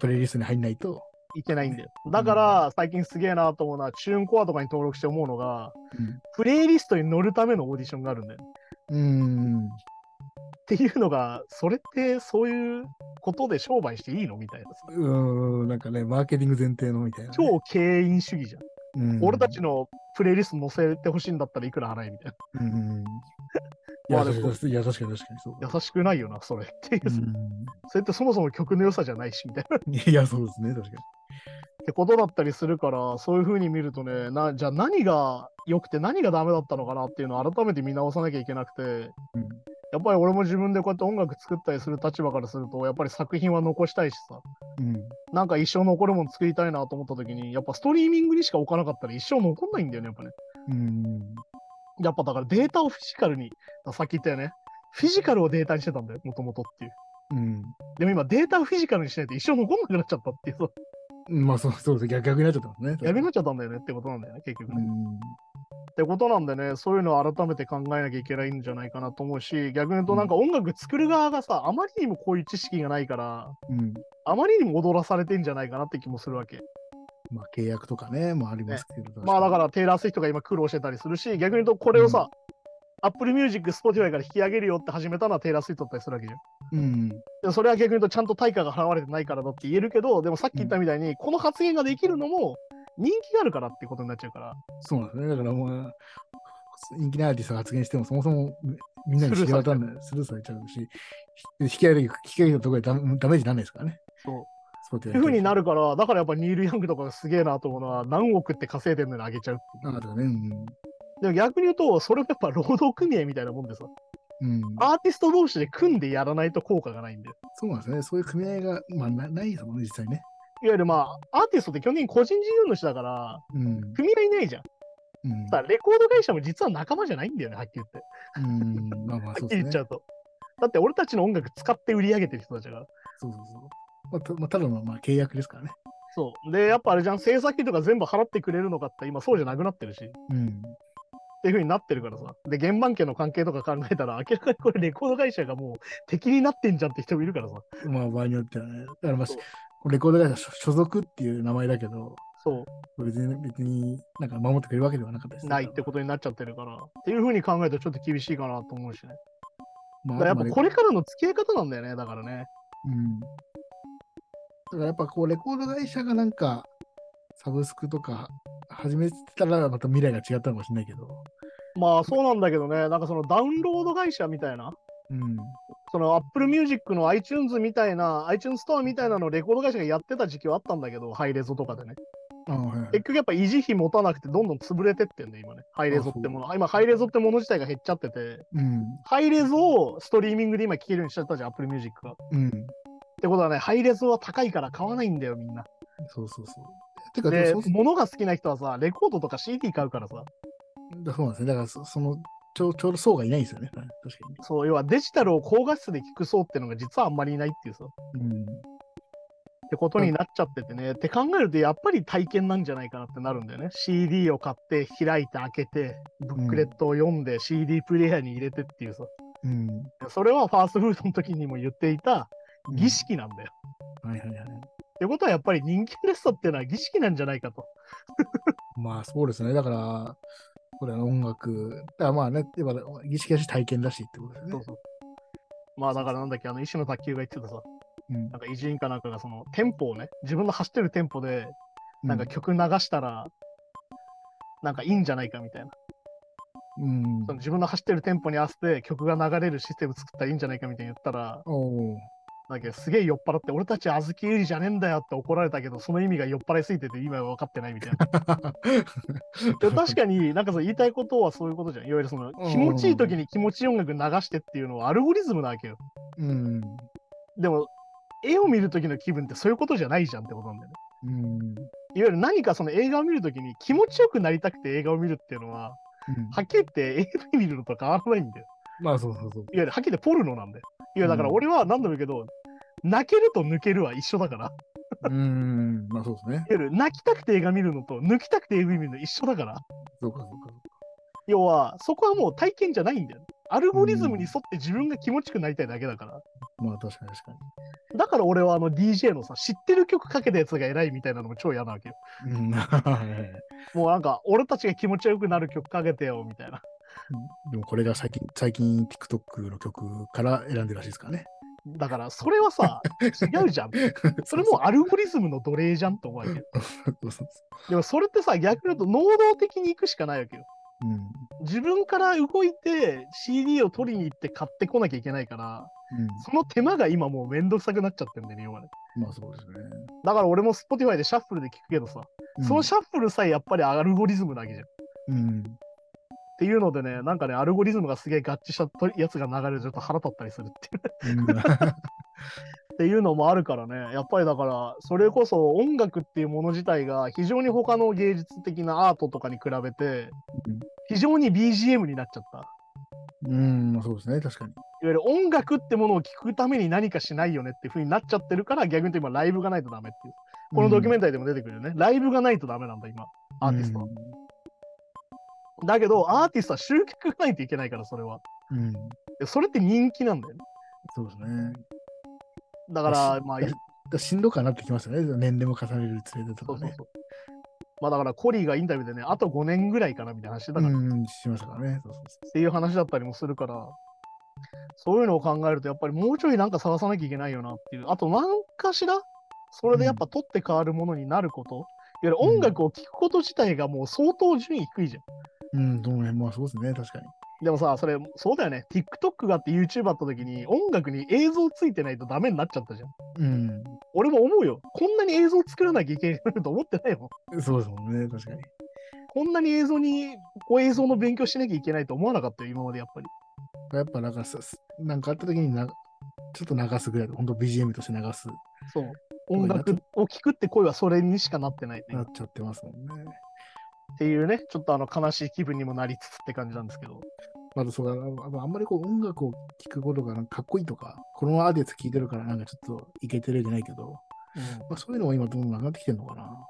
プレイリストに入んないと。
いけないんだよ。だから、最近すげえなと思うのは、チューンコアとかに登録して思うのが、プレイリストに乗るためのオーディションがあるんだよ。
うん。
っていうのが、それってそういうことで商売していいのみたいなさ。
うん。なんかね、マーケティング前提のみたいなね、
超経営主義じゃん。
うん
俺たちのプレイリスト載せてほしいんだったらいくら払えみたい
うん。い
ま
や、
あで
確
も
かに、いや確かに、確かにそう
な。
だ。
優しくないよな、それ。っていう、
う
それってそもそも曲の良さじゃないし、みたいな。っ
んいや、そうですね、確か
てことだったりするから、そういう風に見るとね、なじゃあ何が良くて何がダメだったのかなっていうのを改めて見直さなきゃいけなくて、
に。
やっぱり俺も自分でこうやって音楽作ったりする立場からすると、やっぱり作品は残したいしさ、
うん。
なんか一生残るもの作りたいなと思った時に、やっぱストリーミングにしか置かなかったら一生残んないんだよね、やっぱね。
うん。
やっぱだからデータをフィジカルに、さっき言ったよね、フィジカルをデータにしてたんだよ、もともとっていう。
うん。
でも今データをフィジカルにしないと一生残んなくなっちゃったっていう、そう
うん。まあ、そうそうです逆逆になっちゃったもんね。
やめ
な
なっちゃったんだよねってことなんだよね、結局
う
ね。
ん。
ってことなんでね、そういうのを改めて考えなきゃいけないんじゃないかなと思うし、逆に言うとなんか音楽作る側がさ、あまりにもこういう知識がないから、
うん。
あまりにも踊らされてんじゃないかなって気もするわけ。
まあ、契約とかね、もありますけど。、
まあだかららテイラー・スウィフトが今苦労してたりするし、逆に言うとこれをさ、Apple Music、Spotify から引き上げるよって始めたのはテイラー・スウィフトだったりするわけじゃん。
うん。
でもそれは逆に言うとちゃんと対価が払われてないからだって言えるけどでもさっき言ったみたいに、この発言ができるのも人気があるからってことになっちゃうから
そうなんですね。だからもう、人気のアーティストが発言しても、そもそもみんなに知り渡らない、スルーされちゃうし、引き上げる、引き上げたところでダメダメージにならないですからね。
そう
スポーツや
って
って
いうふう
る
になるからだからやっぱニール・ヤングとかがすげえなと思うのは何億って稼いでるのにあげちゃうって
あ
いう
だからね。
でも逆に言うとそれもやっぱ労働組合みたいなもんでさ
うん。うん、
アーティスト同士で組んでやらないと効果がないんで
そうなんですね。そういう組合が、まあ、なないですもんね、実際ね。
いわゆるまあアーティストって基本的に個人事業主だから
うん。
組合いないじゃん
うん
だからレコード会社も実は仲間じゃないんだよねはっきり言って
うん。まあまあ、
は
そ
っ
う
き
です
り言
ね。
っち
そ
ゃ
う
うとだって俺たちの音楽使って売り上げてる人たちだから
そうそう。まあた、まあ、ただのまあ契約ですからね。
そう。で、やっぱあれじゃん、制作費とか全部払ってくれるのかって今そうじゃなくなってるし、っ
うん。
ていう風になってるからさ。で、原版権の関係とか考えたら、明らかにこれレコード会社がもう敵になってんじゃんって人もいるからさ。
まあ、場合によってはね。だから、まあ
そう、
レコード会社所所属っていう名前だけど、
そ
別に、別になんか守ってくれるわけではなかったです
う。
ね
ないってことになっちゃってるから。っていう風に考えるとちょっと厳しいかなと思うしね。
まあ
だからや
あ
っ
くま
ぱ
で
これからの付き合い方なんだよね、だからね。
うん。だからやっぱこう、レコード会社がなんか、サブスクとか始めてたら、また未来が違ったのかもしれないけど。
まあそうなんだけどね、なんかそのダウンロード会社みたいな。
うん。
その Apple Music の iTunes みたいな、iTunes ストアみたいなのをレコード会社がやってた時期はあったんだけど、ハイレゾとかでね。
あはいはい
結局やっぱ維持費持たなくてどんどん潰れてってんね今ねハイレゾってもの今ハイレゾってもの自体が減っちゃってて
うん。
ハイレゾをストリーミングで今聴けるようにしちゃったじゃん Apple Music がっ
うん。
てことはねハイレゾは高いから買わないんだよみんな
そうそうそう。てか、
で
でもそ
物が好きな人はさレコードとか CD 買うからさ
だそうなんですね。だからそ、その、ちょうちょうど層がいないんですよね。確か
そう要はデジタルを高画質で聴く層ってのが実はあんまりいないっていうさっ
に。うん。
てことになっちゃっててねって考えるとやっぱり体験なんじゃないかなってなるんだよね CD を買って開いて開けてブックレットを読んで CD プレイヤーに入れてっていうさ
うん。
それはファーストフードの時にも言っていた
うん
儀。式なんだよ。
はいはいはい。
ってことはやっぱり人気らしさっていうのは儀式なんじゃないかと。
まあそうですね。だから、これは音楽、だからまあね、やっぱ儀式だし体験だしってことですね。
そうそうまあだからなんだっけ、あの石野卓球が言ってたさ、
うん
なんか偉人かなんかがそのテンポをね、自分の走ってるテンポでなんか
う
曲流したら、なんかいいんじゃないかみたいな。
うん
その。自分の走ってるテンポに合わせて曲が流れるシステム作ったらいいんじゃないかみたいに言ったら、
おお。
なんかすげえ酔っ払って、俺たち小豆ゆりじゃねえんだよって怒られたけど、その意味が酔っ払いすぎてて今は分かってないみたいな。 [LAUGHS] でも確かに、なんかその言いたいことはそういうことじゃん。いわゆるその
うん
気持ちいい時に気持ちいい音楽流してっていうのはアルゴリズムなわけよ。
うん。
でも、絵を見る時の気分ってそういうことじゃないじゃんってことなんだよね。
うん。
いわゆる何かその映画を見る時に気持ちよくなりたくて映画を見るっていうのは、はっきり言って AV 見るのと変わらないんだよ。
まあそうそうそう。
いわゆるはっきり言ってポルノなんだよ。いや、だから
うん
俺は何度も言うけど、泣けると抜けるは一緒だから。いわ
うん。まあそうですね。
ゆる泣きたくて映画見るのと抜きたくて AV 見るの一緒だから。
そうかそう
要は、そこはもう体験じゃないんだよ。アルゴリズムに沿って自分が気持ちよくなりたいだけだから。
か。まあ確かに確か
だから俺はあの DJ のさ、知ってる曲かけたやつが偉いみたいなのも超嫌なわけよ。
に。うん。 [LAUGHS] はいはいはい
もうなんか、俺たちが気持ちよくなる曲かけてよ、みたいな。
でもこれが最近、最近 TikTok の曲から選んでるらしいですからね。
だから、それはさ、違うじゃん。それもアルゴリズムの奴隷じゃんと思うわけよ。
そうそうそう。
でもそれってさ、逆に言うと能動的に行くしかないわけよ。
う
自分から動いて CD を取りに行って買ってこなきゃいけないから、
ん。うん。
その手間が今もうめんどくさくなっちゃってんだよね、要はね。
まあそうですね。
だから俺も Spotify でシャッフルで聞くけどさ、
うん
そのシャッフルさえやっぱりアルゴリズムなわけじゃ
う
ん。
ん。
っていうのでね、なんかね、アルゴリズムがすげえ合致したとやつが流れるとちょっと腹立ったりするっていう [LAUGHS] っていうのもあるからね、やっぱりだから、それこそ音楽っていうもの自体が非常に他の芸術的なアートとかに比べて
うん、
非常に BGM になっちゃった。いわ
うん、まあそうですね、確かに。
ゆる音楽ってものを聞くために何かしないよねっていう風になっちゃってるから、逆に言うと今ライブがないとダメっていう。このドキュメ
ン
ンタリーでも出てくるよね。ライブがないとダメなんだ、今。アーティストは。
う
だけど、アーティストは集客がないといけないから、それは。
ん。うん
でそれって人気なんだよね。
そうですね。[LAUGHS]
だから、まあ、
あ、しんどくはなってきますよね、年齢も重ねるにつれてと
そう
か
そう
ね。
そう。まあだからコリーがインタビューでね、あと5年ぐらいかなみたいな話だから、っ
うん、しましたからね。そうそうそう
ていう話だったりもするから、そういうのを考えると、やっぱりもうちょいなんか探さなきゃいけないよなっていう。あと、何かしら、それでやっぱ取って変わるものになること。いわゆる音楽を聴くこと自体がもう相当順位低いじゃ
う
ん。
ん、どうね、まあそうですね、確かに。
でもさ、それ、そうだよね。TikTok があって YouTube あった時に音楽に映像ついてないとダメになっちゃったじゃん。
うん、
俺も思うよ。こんなに映像作らなきゃいけないと思ってないもん。
そうですもんね、確かに。
こんなに映像に、お映像の勉強しなきゃいけないと思わなかったよ、今までやっぱり。
やっぱなんかさ、すなんかあった時にな、ちょっと流すぐらいで、本当 BGM として流す、
そう。音楽を聴くって声はそれにしかなってないね、
なっちゃってますもんね。
っていうね、ちょっとあの悲しい気分にもなりつつって感じなんですけど。
あとそうだなああんまりこう音楽を聴くことがなんかかっこいいとか、このアーティスト聴いてるからなんかちょっといけてるじゃないけど、まあ、そういうのも今どんどんなくなってきてるのかな。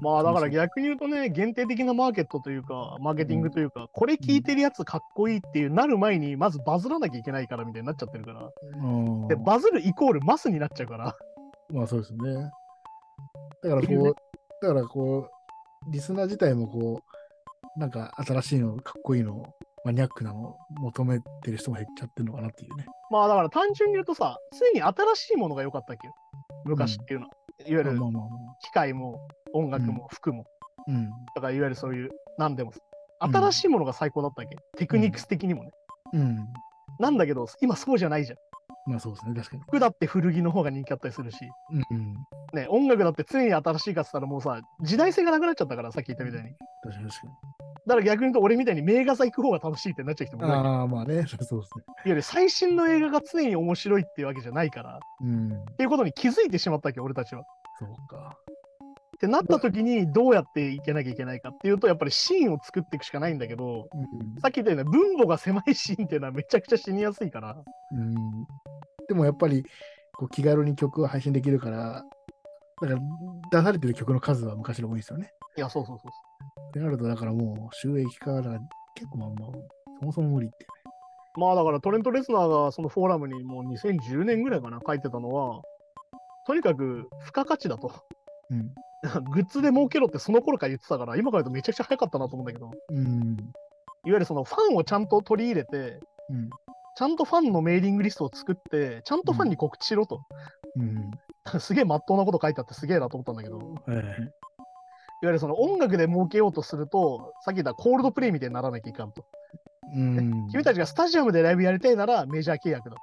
まあだから逆に言うとね、限定的なマーケットというか、マーケティングというか、これ聞いてるやつかっこいいっていうなる前に、まずバズらなきゃいけないからみたいになっちゃってるから。
うん
で、バズるイコールマスになっちゃうから。
まあそうですね。だからこ
っていうね
う、だからこう、リスナー自体もこう、なんか新しいの、かっこいいの、マニアックなの求めてる人も減っちゃってるのかなっていうね。
まあだから単純に言うとさ、常に新しいものが良かったっけよ昔っていうのは。いわゆ
まあ
る
まあまあ
機械も音楽も服も。
まあ。うん。
だからいわゆるそういう、何でも。新しいものが最高だったっけ、テクニクス的にもね。
うん。
なんだけど、今そうじゃないじゃん。
まあそうですね、確か
服だって古着の方が人気あったりするし、
に。うん。
ね、音楽だって常に新しいかっつったらもうさ、時代性がなくなっちゃったから、さっき言ったみたいに。
確かに確か
だから逆に言うと俺みたいに名画座行く方が楽しいってなっちゃう人もい
に。
るわけいわ
ああ、まあね、そうですね。
ゆる最新の映画が常に面白いっていうわけじゃないから、っ
うん。
ていうことに気づいてしまったわけ、俺たちは。っ
そうか。
てなった時にどうやっていけなきゃいけないかっていうと、やっぱりシーンを作っていくしかないんだけど、さっき言ったように分母が狭いシーンっていうのはめちゃくちゃ死にやすいから、
うん。うん、でもやっぱり、こう気軽に曲を配信できるから、だから出されてる曲の数は昔の多いですよね。
いや、そうそうそうそ
ってなると、だからもう収益化だから結構まあまあ、そもそも無理って
う。まあだからトレント・レスナーがそのフォーラムにもう2010年ぐらいかな、書いてたのは、とにかく付加価値だと。
ね。
[LAUGHS] グッズで儲けろってその頃から言ってたから、今から言うとめちゃくちゃ早かったなと思うんだけど、いわ
うん。うん。
ゆるそのファンをちゃんと取り入れて、
うん。
ちゃんとファンのメーリングリストを作って、ちゃんとファンに告知しろと。 [LAUGHS]
うん。
すげえ真っ当なこと書いてあってすげえなと思ったんだけど、いわ
はい。
ゆるその音楽で儲けようとすると、さっき言ったコールドプレイみたいにならなきゃいかんと。
うん。
君たちがスタジアムでライブやりたいならメジャー契約だ。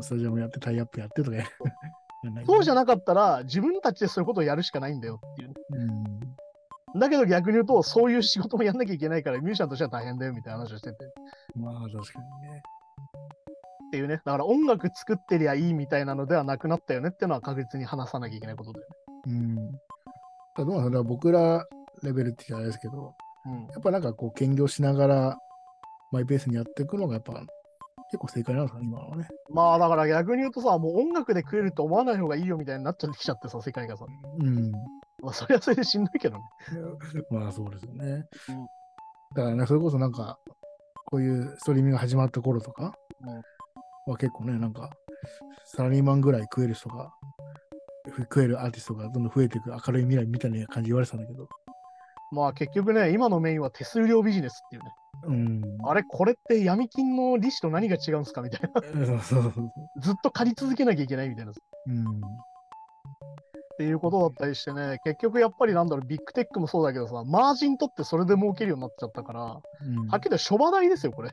スタジアムやってタイアップやってと [LAUGHS] かや。
そうじゃ
な
なかったら自分たちでそういうことをやるしかないんだよっていう。
うん。
だけど逆に言うと、そういう仕事もやんなきゃいけないからミュージシャンとしては大変だよみたいな話をしてて。
まあ確かにね。
っていうね、だから音楽作ってりゃいいみたいなのではなくなったよねっていうのは確実に話さなきゃいけないことで。
うん。だからどうなんですかだから僕らレベルって言ったらあれですけど、
うん、
やっぱなんかこう兼業しながらマイペースにやっていくのがやっぱ結構正解なんですかね、今のはね。
まあだから逆に言うとさ、もう音楽で食えると思わない方がいいよみたいになっちゃってきちゃってさ、世界がさ。
うん。
まあそれはそれでしんどいけどね。
まあそうですよね。だからね、それこそなんか、こういうストリーミングが始まった頃とかは結構ね、なんか、サラリーマンぐらい食える人が、ふ食えるアーティストがどんどん増えていく明るい未来みたいな感じ言われてたんだけど、
まあ結局ね、今のメインは手数料ビジネスっていうね。
うん。
あれ、これって闇金の利子と何が違うんすかみたいな。 [LAUGHS]
そうそうそうそう。
ずっと借り続けなきゃいけないみたいな。っ
うん。
ていうことだったりしてね、結局やっぱりなんだろう、ビッグテックもそうだけどさ、マージン取ってそれで儲けるようになっちゃったから、は
うん
っきり言って諸話代ですよ、これ。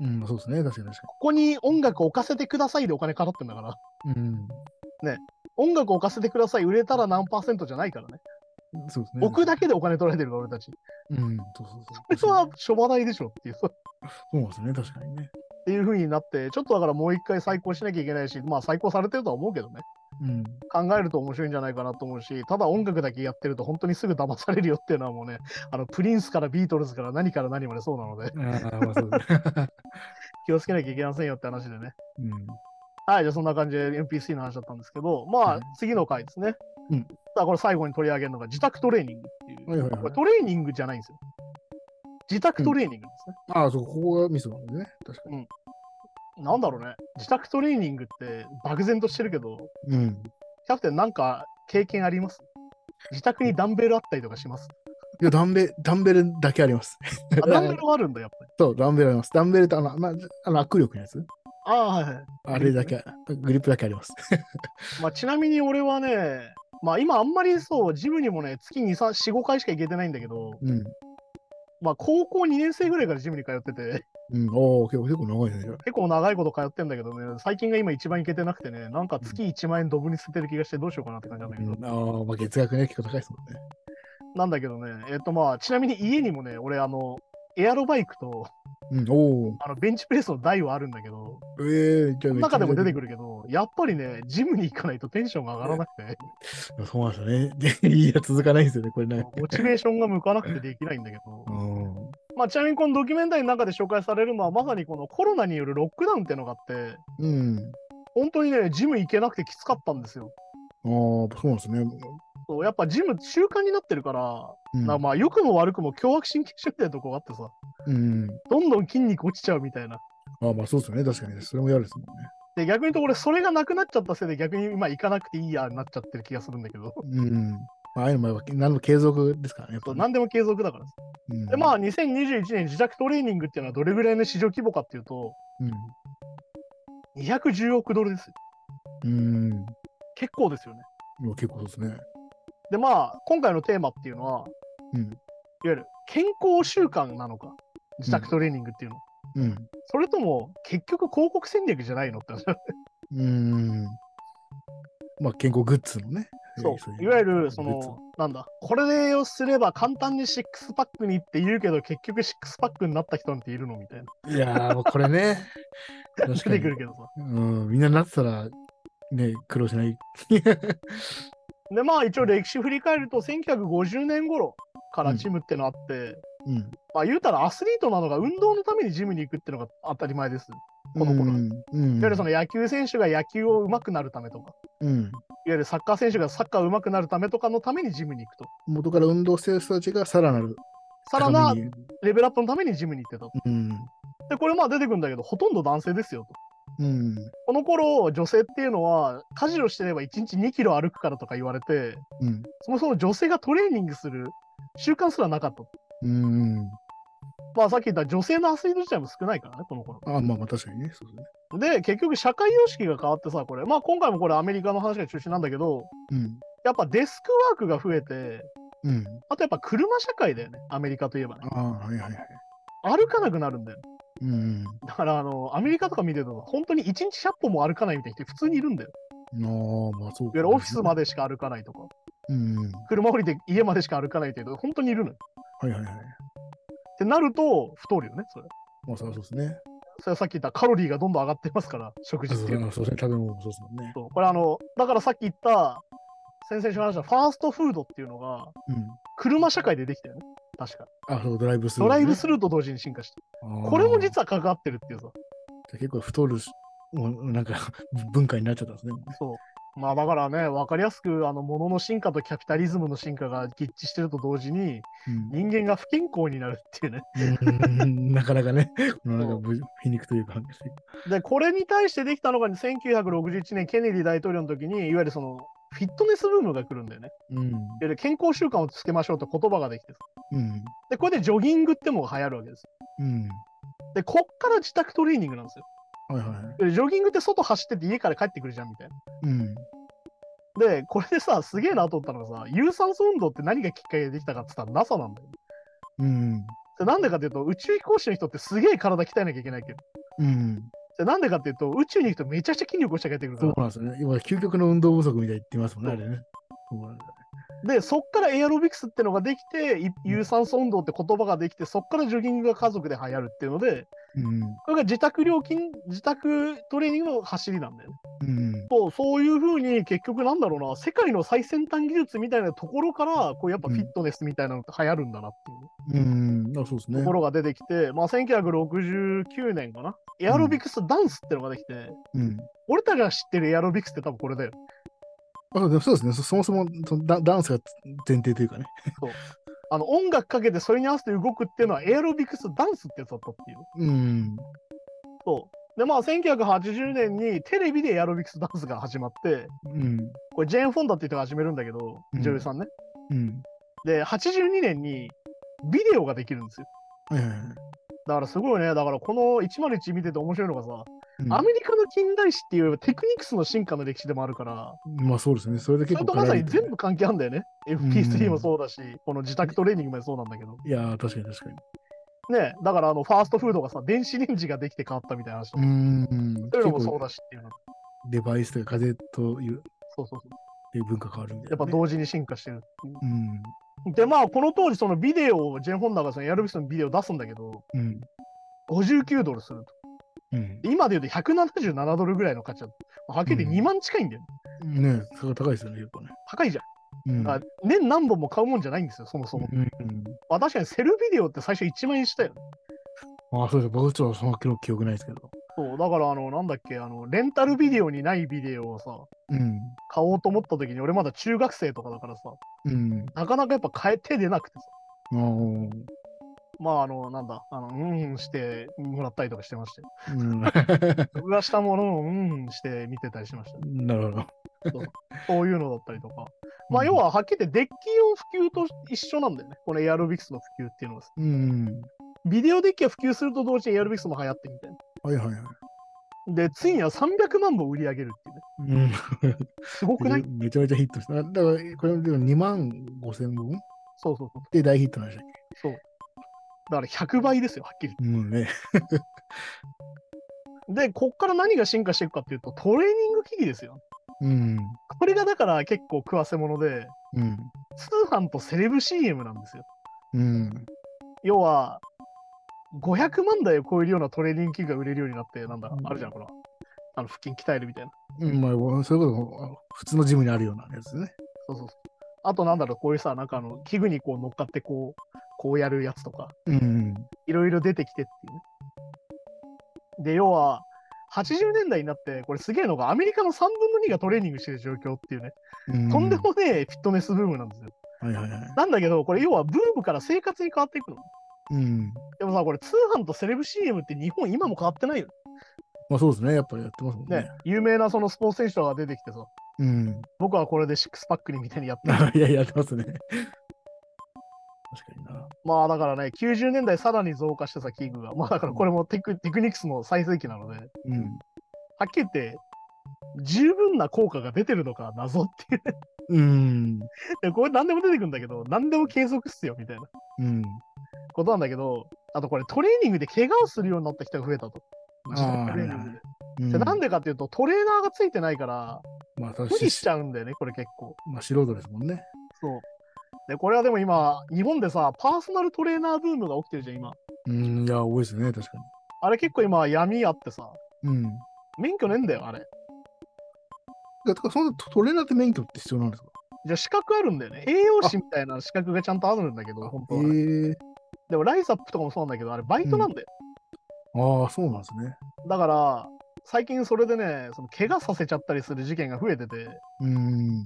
うん、そうですね、確かに確か
ここに音楽を置かせてくださいでお金払ってんだから、
に。うん。
音楽を置かせてください、売れたら何パーセントじゃないからね。
そうですね。
置くだけでお金取られてるから、俺たち。
うん、そうそうそう。
それはしょうがないでしょっていう、そう
そうですね、確かにね。
っていう風になって、ちょっとだからもう一回再考しなきゃいけないし、まあ再考されてるとは思うけどね。
うん。
考えると面白いんじゃないかなと思うし、ただ音楽だけやってると本当にすぐ騙されるよっていうのはもうね、あの、プリンスからビートルズから何から何までそうなので、
ああ、まあそうですね。 [LAUGHS]
気をつけなきゃいけませんよって話でね。
うん。
はい、じゃあそんな感じで NPC の話だったんですけど、ま
う
あ
ん
次の回ですね。
うん
さあこれ最後に取り上げるのが自宅トレーニングっていう。
はいはいはい
これトレーニングじゃないんですよ。自宅トレーニングですね。
ああ、そう、ここがミスなんですね。確か
なんだろうね。自宅トレーニングって漠然としてるけど、
に。うん。 [LAUGHS]
キャプテンなんか経験あります自宅にダンベルあったりとかします
いや、ダンベル、ダンベルだけあります。 [LAUGHS]
あダンベルがあるんだ、やっぱり。
そう、ダンベルあります。ダンベルとあの、まあ、あの握力のやつ
ああ、はいはい。
あれだけ、グリップだけあります。
まあ、ちなみに俺はね、まあ今あんまりそう、ジムにもね、月2、3、4、5回しか行けてないんだけど、
うん。
まあ高校2年生ぐらいからジムに通ってて、
うん。おお結構、結構長いね。じゃあ
結構長いこと通ってんだけどね、最近が今一番行けてなくてね、なんか月1万円ドブに捨ててる気がしてどうしようかなって感じなんだけど、
うん、ああ、まあ、月額ね、結構高いですもんね。
なんだけどね、えっ、とまあ、ちなみに家にもね、俺あの、エアロバイクと
うん、おお
あのベンチプレスの台はあるんだけど、
ええー、じゃあ
中でも出て
る。
くるけど、やっぱりね、ジムに行かないとテンションが上がらなくて、
そうなんですよね。 [LAUGHS] で、いや、続かないんですよね、これね。
[LAUGHS] モチベーションが向かなくてできないんだけど
う、ん。
まあ、ちなみにこのドキュメンタリーの中で紹介されるのは、まさにこのコロナによるロックダウンっていうのがあって、
うん。
本当にね、ジム行けなくてきつかったんですよ。
ああ、そうなんですね。
そうやっぱジム習慣になってるから、
うん。
なまあ良くも悪くも強迫神経症みたいなとこがあってさ、
うん。
どんどん筋肉落ちちゃうみたいな。
ああ、まあ、そうですよね。確かに。それも嫌ですもんね。
で逆に言うと俺それがなくなっちゃったせいで逆に今行かなくていいやになっちゃってる気がするんだけど
うん。まあ、ああいうのもやっぱ何の継続ですからね。やっ
そ
ぱ
う
ね
何でも継続だからさ
うん、
でまあ2021年自宅トレーニングっていうのはどれぐらいの市場規模かっていうと
う
210億ドルですよ
ん。うん。
結構ですよね
いや結構そうですね。
でまあ今回のテーマっていうのは、
うん
いわゆる健康習慣なのか自宅トレーニングっていうの、
うん。
それとも結局広告戦略じゃないのって話
うん。まあ、健康グッズのね。
そう
えー
いわゆるそ、
グッズ
のなんだこれをすれば簡単にシックスパックにって言うけど結局シックスパックになった人なんているのみたいない
やー、もうこれね。
[LAUGHS]
確
出
かに
てくるけどさ
うん、みんななってたら、ね、苦労しない。
でまあ一応歴史振り返ると1950年頃からジムってのあって、
うん。
まあ言うたらアスリートなのが運動のためにジムに行くってのが当たり前です。この頃
うん。うん
いわゆるその野球選手が野球を上手くなるためとか、
うん。
いわゆるサッカー選手がサッカー上手くなるためとかのためにジムに行くと。
元から運動してる人たちがさらなる。
さらな
高めに
レベルアップのためにジムに行ってたと。
うん。
で、これまあ出てくるんだけど、ほとんど男性ですよと。
うん。
この頃、女性っていうのは、家事をしてれば1日2キロ歩くからとか言われて、
うん。
そもそも女性がトレーニングする習慣すらなかったと。
うん。
まあさっき言った女性のアスリート自体も少ないからね、この頃。
あ、まあまあ、確かにね。そうですね。
で、結局社会様式が変わってさ、これ。まあ今回もこれアメリカの話が中心なんだけど、
うん。
やっぱデスクワークが増えて、
うん。
あとやっぱ車社会だよね、アメリカといえばね。
ああ、はいはいはい。
歩かなくなるんだよ。
うん。
だからあの、アメリカとか見てると、本当に1日100歩も歩かないみたいな人普通にいるんだよ。
ああ、まあそう
い
か。
わゆるオフィスまでしか歩かないとか、
うん。
車降りて家までしか歩かないっていうと、本当にいるのよ。
はいはいはい。
ってなると、太るよね、それ。
まあそうですね。
それはさっき言ったカロリーがどんどん上がってますから、食事
そうそ
っ
う
ていうのは
ですね。食べ物もそうですもんね。
そうこれあの、だからさっき言った、先々週話したファーストフードっていうのが、
うん。
車社会でできたよね。確か。
あ、そう、ドライブスル
ド
ーね、
ライブスルーと同時に進化した。
あー
これも実は関わってるっていうさ。
結構太るし、もうなんか文化になっちゃったんですね。
そう。まあだからね、わかりやすく、あの、物の進化とキャピタリズムの進化が一致してると同時に、人間が不健康になるっていうね。
うんなかなかね、このなんか
そう
ぶ皮肉というか、
で、これに対してできたのが1961年、ケネディ大統領の時に、いわゆるその、フィットネスブームが来るんだよね。
うん。
いわゆる健康習慣をつけましょうって言葉ができてさ
うん。
で、これでジョギングってものが流行るわけです。
うん。
で、こっから自宅トレーニングなんですよ。
はいはい。
いわゆるジョギングって外走ってて家から帰ってくるじゃんみたいな。
うん。
で、これでさ、すげえなと思ったのがさ、有酸素運動って何がきっかけでできたかって言ったら NASA なんだよ。
うん。
でなんでかっていうと、宇宙飛行士の人ってすげえ体鍛えなきゃいけないけど、
うん。
でなんでかっていうと、宇宙に行くとめちゃくちゃ筋力をしちゃけてくるか
そうな
ら、
んですよね。今、究極の運動不足みたいに言ってますもんね、あれね。そうなんだ
で、そっからエアロビクスってのができて、い有酸素運動って言葉ができて、そっからジョギングが家族で流行るっていうので、
うん。
これが自宅料金、自宅トレーニングの走りなんだよね。
うん。
そうそういうふうに結局なんだろうな、世界の最先端技術みたいなところから、こうやっぱフィットネスみたいなのって流行るんだなっていう。
うん。あ、そうですね
とこ。ろが出てきて、まあ、1969年かな、エアロビクスダンスってのができて、
うん。
俺たちが知ってるエアロビクスって多分これだよ。
あでもそうですね。そそもそもそのダダンスが前提というかね。
あの音楽かけてそれに合わせて動くっていうのはエアロビクスダンスってやつだったっていう。
うん。
そうでまあ、1980年にテレビでエアロビクスダンスが始まって、
うん。
これジェーン・フォンダっていう人が始めるんだけど、
うん
女優さんね。
うん。
で、82年にビデオができるんですよ。
はいはいはい
だからすごいね、だからこの101見てて面白いのがさ、
うん
アメリカの近代史っていうテクニクスの進化の歴史でもあるから、
まあそうですね。それで
そ
結
れ
構
とまさ
絡
に
んでる
全部関係あるんだよね。
ん
FP3 もそうだし、この自宅トレーニングもそうなんだけど。
いやー、確かに確かに。
ね、だからあのファーストフードがさ、電子レンジができて変わったみたいな話と
う
か、
ーん。
そういう
結
のもそう
構
だしっていうの。
デバイスというか風という
そうそうそう。
っていう文化変わるみた
や
いな
っぱ
ね、
同時に進化してる。
うん。
で、まあ、この当時、そのビデオを、ジェン・ホンダがそのエアルビスのビデオ出すんだけど、
うん。
59ドルすると。
うん。
今で言うと177ドルぐらいの価値だと。まあはっきり
うん
言って2万近いんだよ。
ねえ、それが高いですよね、やっぱね。
高いじゃん。
うん。
だから年何本も買うもんじゃないんですよ、そもそも。
うん、
まあ、確かにセルビデオって最初1万円したよね。
あ、そうです。僕ちょっとその記記憶ないですけど。
そう、だから、あの、なんだっけ、あの、レンタルビデオにないビデオをさ、
うん。
買おうと思った時に、俺まだ中学生とかだからさ、
うん。
なかなかやっぱ買え手出なくてさ、
あー
まあ、あの、なんだ、あの、うんうんしてもらったりとかしてまして。
うん。 [LAUGHS]
僕がしたものをうんうんして見てたりしましたね。
なるほど。
そういうのだったりとか。まあ、要ははっきり言って、デッキの普及と一緒なんだよね。このエアロビクスの普及っていうのは。
うん。
ビデオデッキが普及すると同時にエアロビクスも流行ってみたいな。
はいはいはい。
で、ついには300万本売り上げるっていうね。
うん、
すごくない
めちゃめちゃヒットした。だから、これでも2万5千本
そうそうそう。
で大ヒットなんでしたっ
そう。だから100倍ですよ、はっきり
けうんね。
言って。で、こっから何が進化していくかっていうと、トレーニング機器ですよ。
うん。
これがだから結構食わせ物で、
うん。
通販とセレブ CM なんですよ。
うん。
要は、500万台を超えるようなトレーニング器具が売れるようになって、なんだ、
うん
あるじゃん、ほら。あの、腹筋鍛えるみたいな。
うん、まあ、そういうことも普通のジムにあるようなやつね。
そうそうそう。あと、なんだろう、こういうさ、なんかあの、器具にこう乗っかって、こう、こうやるやつとか、
うん。
いろいろ出てきてっていうね。で、要は、80年代になって、これすげえのが、アメリカの3分の2がトレーニングしてる状況っていうね、
うん
とんでもねえフィットネスブームなんですよ。
はいはいはい。
なんだけど、これ要はブームから生活に変わっていくの。
うん。
でもさ、これ通販とセレブ CM って日本今も変わってないよ
まあそうですね。やっぱりやってますもんね。
ね。有名なそのスポーツ選手とかが出てきてさ、
うん。 [LAUGHS]
僕はこれでシックスパックにみたいにやってる。
いや、やってますね。確かにな。
まあだからね、90年代さらに増加してさ、器具が。まあだからこれもテクテクニクスの最盛期なので、はっ
うん。
きり言って、十分な効果が出てるのか謎っていう
うん。
で。これ何でも出てくるんだけど、何でも継続っすよみたいな
うん。
ことなんだけど、あとこれトレーニングで怪我をするようになった人が増えたと。自宅トレーニングで
う
でなん
で
でかっていうと、トレーナーがついてないから、
まあ、
無理し
私、
ちゃうんだよね、これ結構。
まあ、素人ですもんね。
そう。で、これはでも今、日本でさ、パーソナルトレーナーブームが起きてるじゃん、今。
うん。いや、多いですね。確か
あれ結構今、闇あってさ、
に。うん。
免許ねえんだよ、あれ。
だから、そのトレーナーって免許って必要なんですか
じゃあ資格あるんだよね。栄養士みたいな資格がちゃんとあるんだけど、本当
え
はね、
え
でもライサップとかもそうなんだけど、あれバイトなんだよ。
ああ、そうなんですね。
だから、最近それでね、その怪我させちゃったりする事件が増えてて、
うん。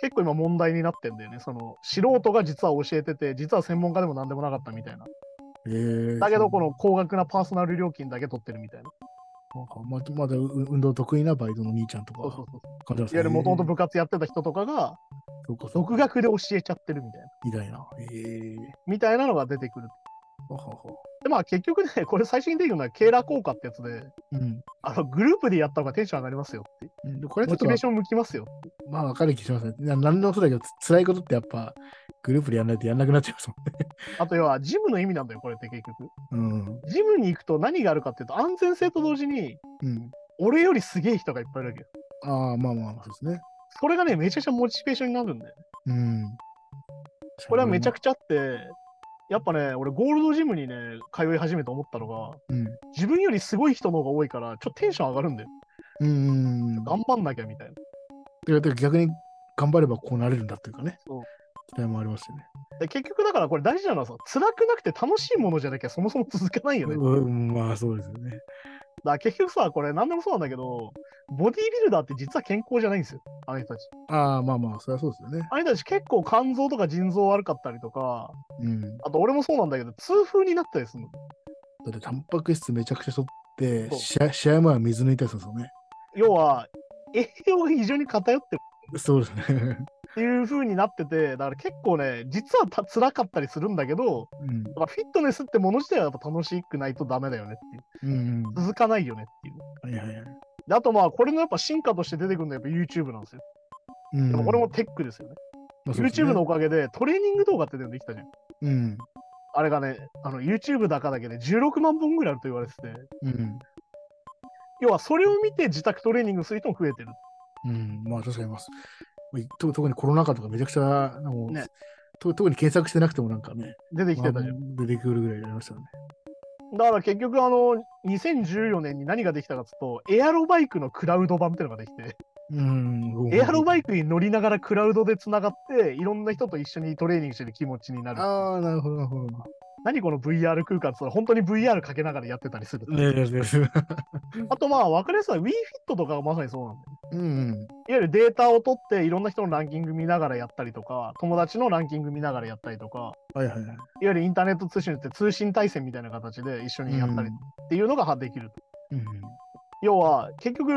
結構今問題になってんだよね。その素人が実は教えてて、実は専門家でも何でもなかったみたいな。
ええ
だけど、この高額なパーソナル料金だけ取ってるみたいな。
なんかままだう運動得意なバイトの兄ちゃんと
そうそ
か
うそう。
感じます
いわゆるもともと部活やってた人とかが、
と
独学で教えちゃってるみたいな。
みたいな。ええ
みたいなのが出てくる。
ははは。
で、まあ結局ね、これ最初に出てくるのは、ケーラー効果ってやつで、
うん。
あの、グループでやった方がテンション上がりますよって。
うんでこれちょ
モ
っ
チ
と
ベーション向きますよ。
まあ分かる気しますね。な何でもそうだけど、つ辛いことってやっぱグループでやらないとやらなくなっちゃいます
あと要は、ジムの意味なんだよ、これって結局。
もん
[LAUGHS]
ね。
ジムに行くと何があるかっていうと、安全性と同時に、
うん。うん。
俺よりすげえ人がいっぱいいるわけよ。
ああ、まあまあまあ、そうですね。
それがね、めちゃくちゃモチベーションになるんだよね。
うん。
これはめちゃく
ち
ちゃあって、やっぱね、俺、ゴールドジムにね、通い始めて思ったのが、
ゃ。うん。
自分よりすごい人の方が多いから、ちょっとテンション上がるんだよ。
うん。だか
頑張んなきゃみたいな。
らだから逆に頑張ればこうなれるんだっていうかね。
そう
期待もありますよね。
で結局だからこれ大事なのはさ、辛くなくて楽しいものじゃなきゃそもそも続かないよね。だか
うん、まあそうですよね。
ら結局さ、これ何でもそうなんだけど、ボディービルダーって実は健康じゃないんですよ、あの人たち。
ああ、まあまあ、それはそうですよね。
あの人たち結構肝臓とか腎臓悪かったりとか、
うん。
あと俺もそうなんだけど、痛風になったりするの。
だってタンパク質めちゃくちゃ取って
そう
試合、試合前は水抜いたりするんですよね。
要は、栄養が非常に偏ってる。
そうですね。
っていう風になってて、だから結構ね、実はた辛かったりするんだけど、
うん
やっぱフィットネスってもの自体はやっぱ楽しくないとダメだよねっていう。
うんうん。は
続かないよねっていう。
いはいはい。
であとまあ、これのやっぱ進化として出てくるのはやっぱ YouTube なんですよ。
うん
でもこれもテックですよね。
まあそうですね
YouTube のおかげでトレーニング動画って出てきたじゃん。
うん。
あれがね、あの YouTube だかだけで16万本ぐらいあると言われてて、
うん。
要はそれを見て自宅トレーニングする人も増えてる。
うん。まあ確かにます。いと特にコロナ禍とかめちゃくちゃ、なんかもう
ね
と特に検索してなくてもなんかね、
出てきてたじゃん。
出てくるぐらいになりましたよね。
だから結局あの2014年に何ができたかっつうとエアロバイクのクラウド版っていうのができて
うん。
エアロバ
イ
イクに乗りながらクラウドでつながっていろんな人と一緒にトレーニングしてる気持ちになる
ああ、なるほど、なるほど。
何この VR 空間っつうの本当に VR かけながらやってたりする、
ねえねえね
あとまあ分かりやすいのは WeFit とかがまさにそうなんだよ
えうん。
いわゆるデータを取っていろんな人のランキング見ながらやったりとか友達のランキング見ながらやったりとか
はいはいはい。
いわゆるインターネット通信って通信対戦みたいな形で一緒にやったりっていうのができると、
う
要は結局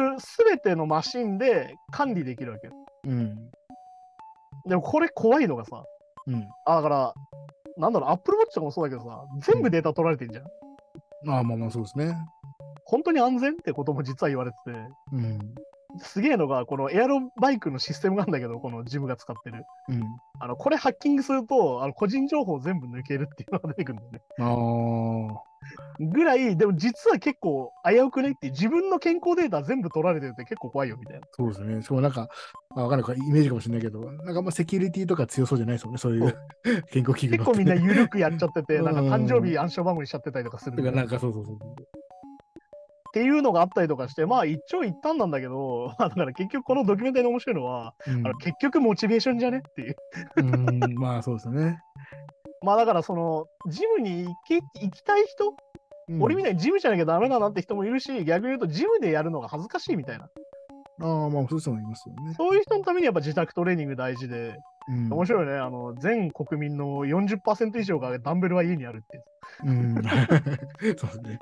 全てのマシンで管理できるわけよ
ん。うん。
でもこれ怖いのがさ、
うん。
あだから、なんだろう、Apple Watch とかもそうだけどさ、全部データ取られてんじゃん。
まあまあまあ、そうですね。
本当に安全ってことも実は言われてて、
うん。
すげえのが、このエアロバイクのシステムがあるんだけど、このジムが使ってる。
うん。
あのこれハッキングすると、あの個人情報全部抜けるっていうのが出てくるんだよね。
ああ。
ぐらい、でも実は結構危うくねっていう、自分の健康データ全部取られてるって結構怖いよみたいな。
そうですね。しかもなんか、まあ、わかんないか、イメージかもしれないけど、なんかあんまセキュリティとか強そうじゃないですもんね、そういう [LAUGHS] 健康器具
結
の
構みんな
って
緩くやっちゃってて、
うん
なんか誕生日暗証番号にしちゃってたりとかする
だ
ん
か
だよ
ら
ね
なんかそうそうそう。
っていうのがあったりとかして、まあ一長一短なんだけど、 [LAUGHS] まあだから結局このドキュメンタリーの面白いのは、
うん
あの結局モチベーションじゃねっていう。
うん、まあそうですよね。
まあだからその、ジムに行き行きたい人、
うん
俺みたいにジムじゃなきゃダメだなって人もいるし、逆に言うとジムでやるのが恥ずかしいみたいな。
ああ、まあそういう人もいますよね。
そういう人のためにやっぱ自宅トレーニング大事で、
うん
面白いよね。あの、全国民の40%以上がダンベルは家にあるっていう。
うん。 [LAUGHS] そうですね。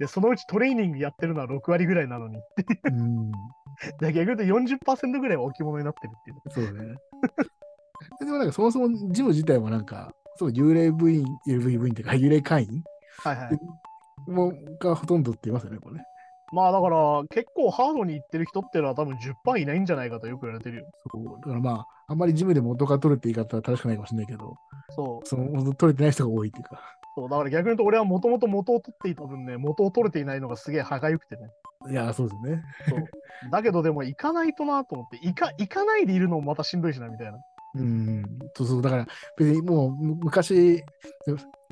で、そのうちトレーニングやってるのは6割ぐらいなのに。
うん。
で、逆に言うと40%ぐらいは置物になってるっていう。
そうね。でもなんかそもそもジム自体はなんか、そう幽霊部員、幽霊部員部員っていうか、幽霊会員
はいはい。
もうがほとんどって言いますよね、これね。
まあだから結構ハードにいってる人っていうのは多分10%いないんじゃないかとよく言われてるよ。
そうだからまあ、あんまりジムで元が取るって言い方は正しくないかもしれないけど、
そう。
その本当取れてない人が多いっていうか。
そうだから逆に言うと俺はもともと元を取っていた分ね、元を取れていないのがすげえ歯がゆくてね。
いや、そうですね。
そう。だけどでも行かないとなと思って、行か行かないでいるのもまたしんどいしなみたいな。
うん。そうそう。だから、別にもうむ昔、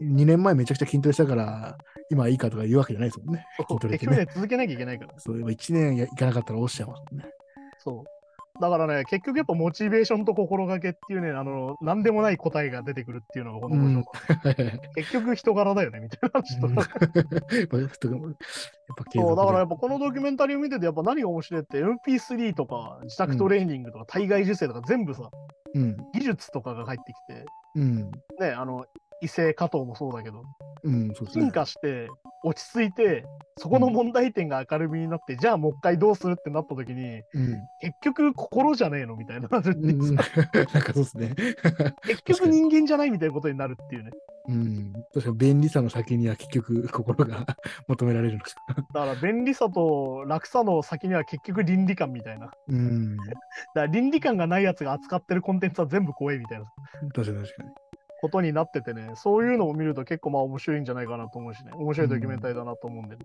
2年前めちゃくちゃ筋トレしたから、今はいいかとか言うわけじゃないですもんね。
そう
筋トレっ
結
て
局
ね
ね、続けなきゃいけないから。
そう、1年やいかなかったら落ちちゃいますもん
[LAUGHS]
ね。 [LAUGHS]
そう。だからね、結局やっぱモチベーションと心がけっていうね、あの、なんでもない答えが出てくるっていうのがこの面白さ結局人柄だよね、みたいな話と。
うんやっぱ、やっぱ継
そう、
続
だからやっぱこのドキュメンタリーを見てて、やっぱ何が面白いって MP3 とか自宅トレーニングとか体外受精とか全部さ、
うん。
技術とかが入ってき
うん。
て、ね、あの、異性加藤もそうだけど、
うん、そうです
進
ね。
化して、落ち着いて、そこの問題点が明るみになって、じゃあもう一回どうするってなった時に、
うん。
結局心じゃねえのみたいな。
うん、 [LAUGHS] なんかそうですね。
結局人間じゃないみたいなことになるっていうね。
うん。確かに便利さの先には結局心が [LAUGHS] 求められるのか。
だから便利さと楽さの先には結局倫理観みたいな。だか
うん。
ら倫理観がないやつが扱ってるコンテンツは全部怖いみたいな。
確かに確かに。
ことになっててね、そういうのを見ると結構まあ面白いんじゃないかなと思うしね、面白いドキュメンタリーだなと思うんで、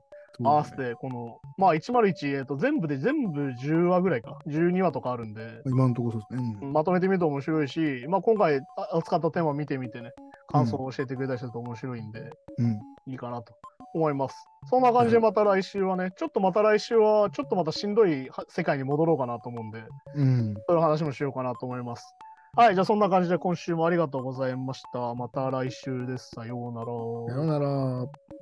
合わせてこの、まあ101、えーと、全部で全部10話ぐらいか、12話とかあるんで、
今のところそうですね。
まとめてみると面白いし、まあ今回あ扱ったテーマ見てみてね、感想を教えてくれたりすると面白いんで、
うん。うん
いいかなと思います。そんな感じでまた来週はね、ちょっとまた来週は、ちょっとまたしんどいは世界に戻ろうかなと思うんで、
うん。
そういう話もしようかなと思います。はい、じゃあそんな感じで今週もありがとうございました。また来週です。さようなら。
さようなら。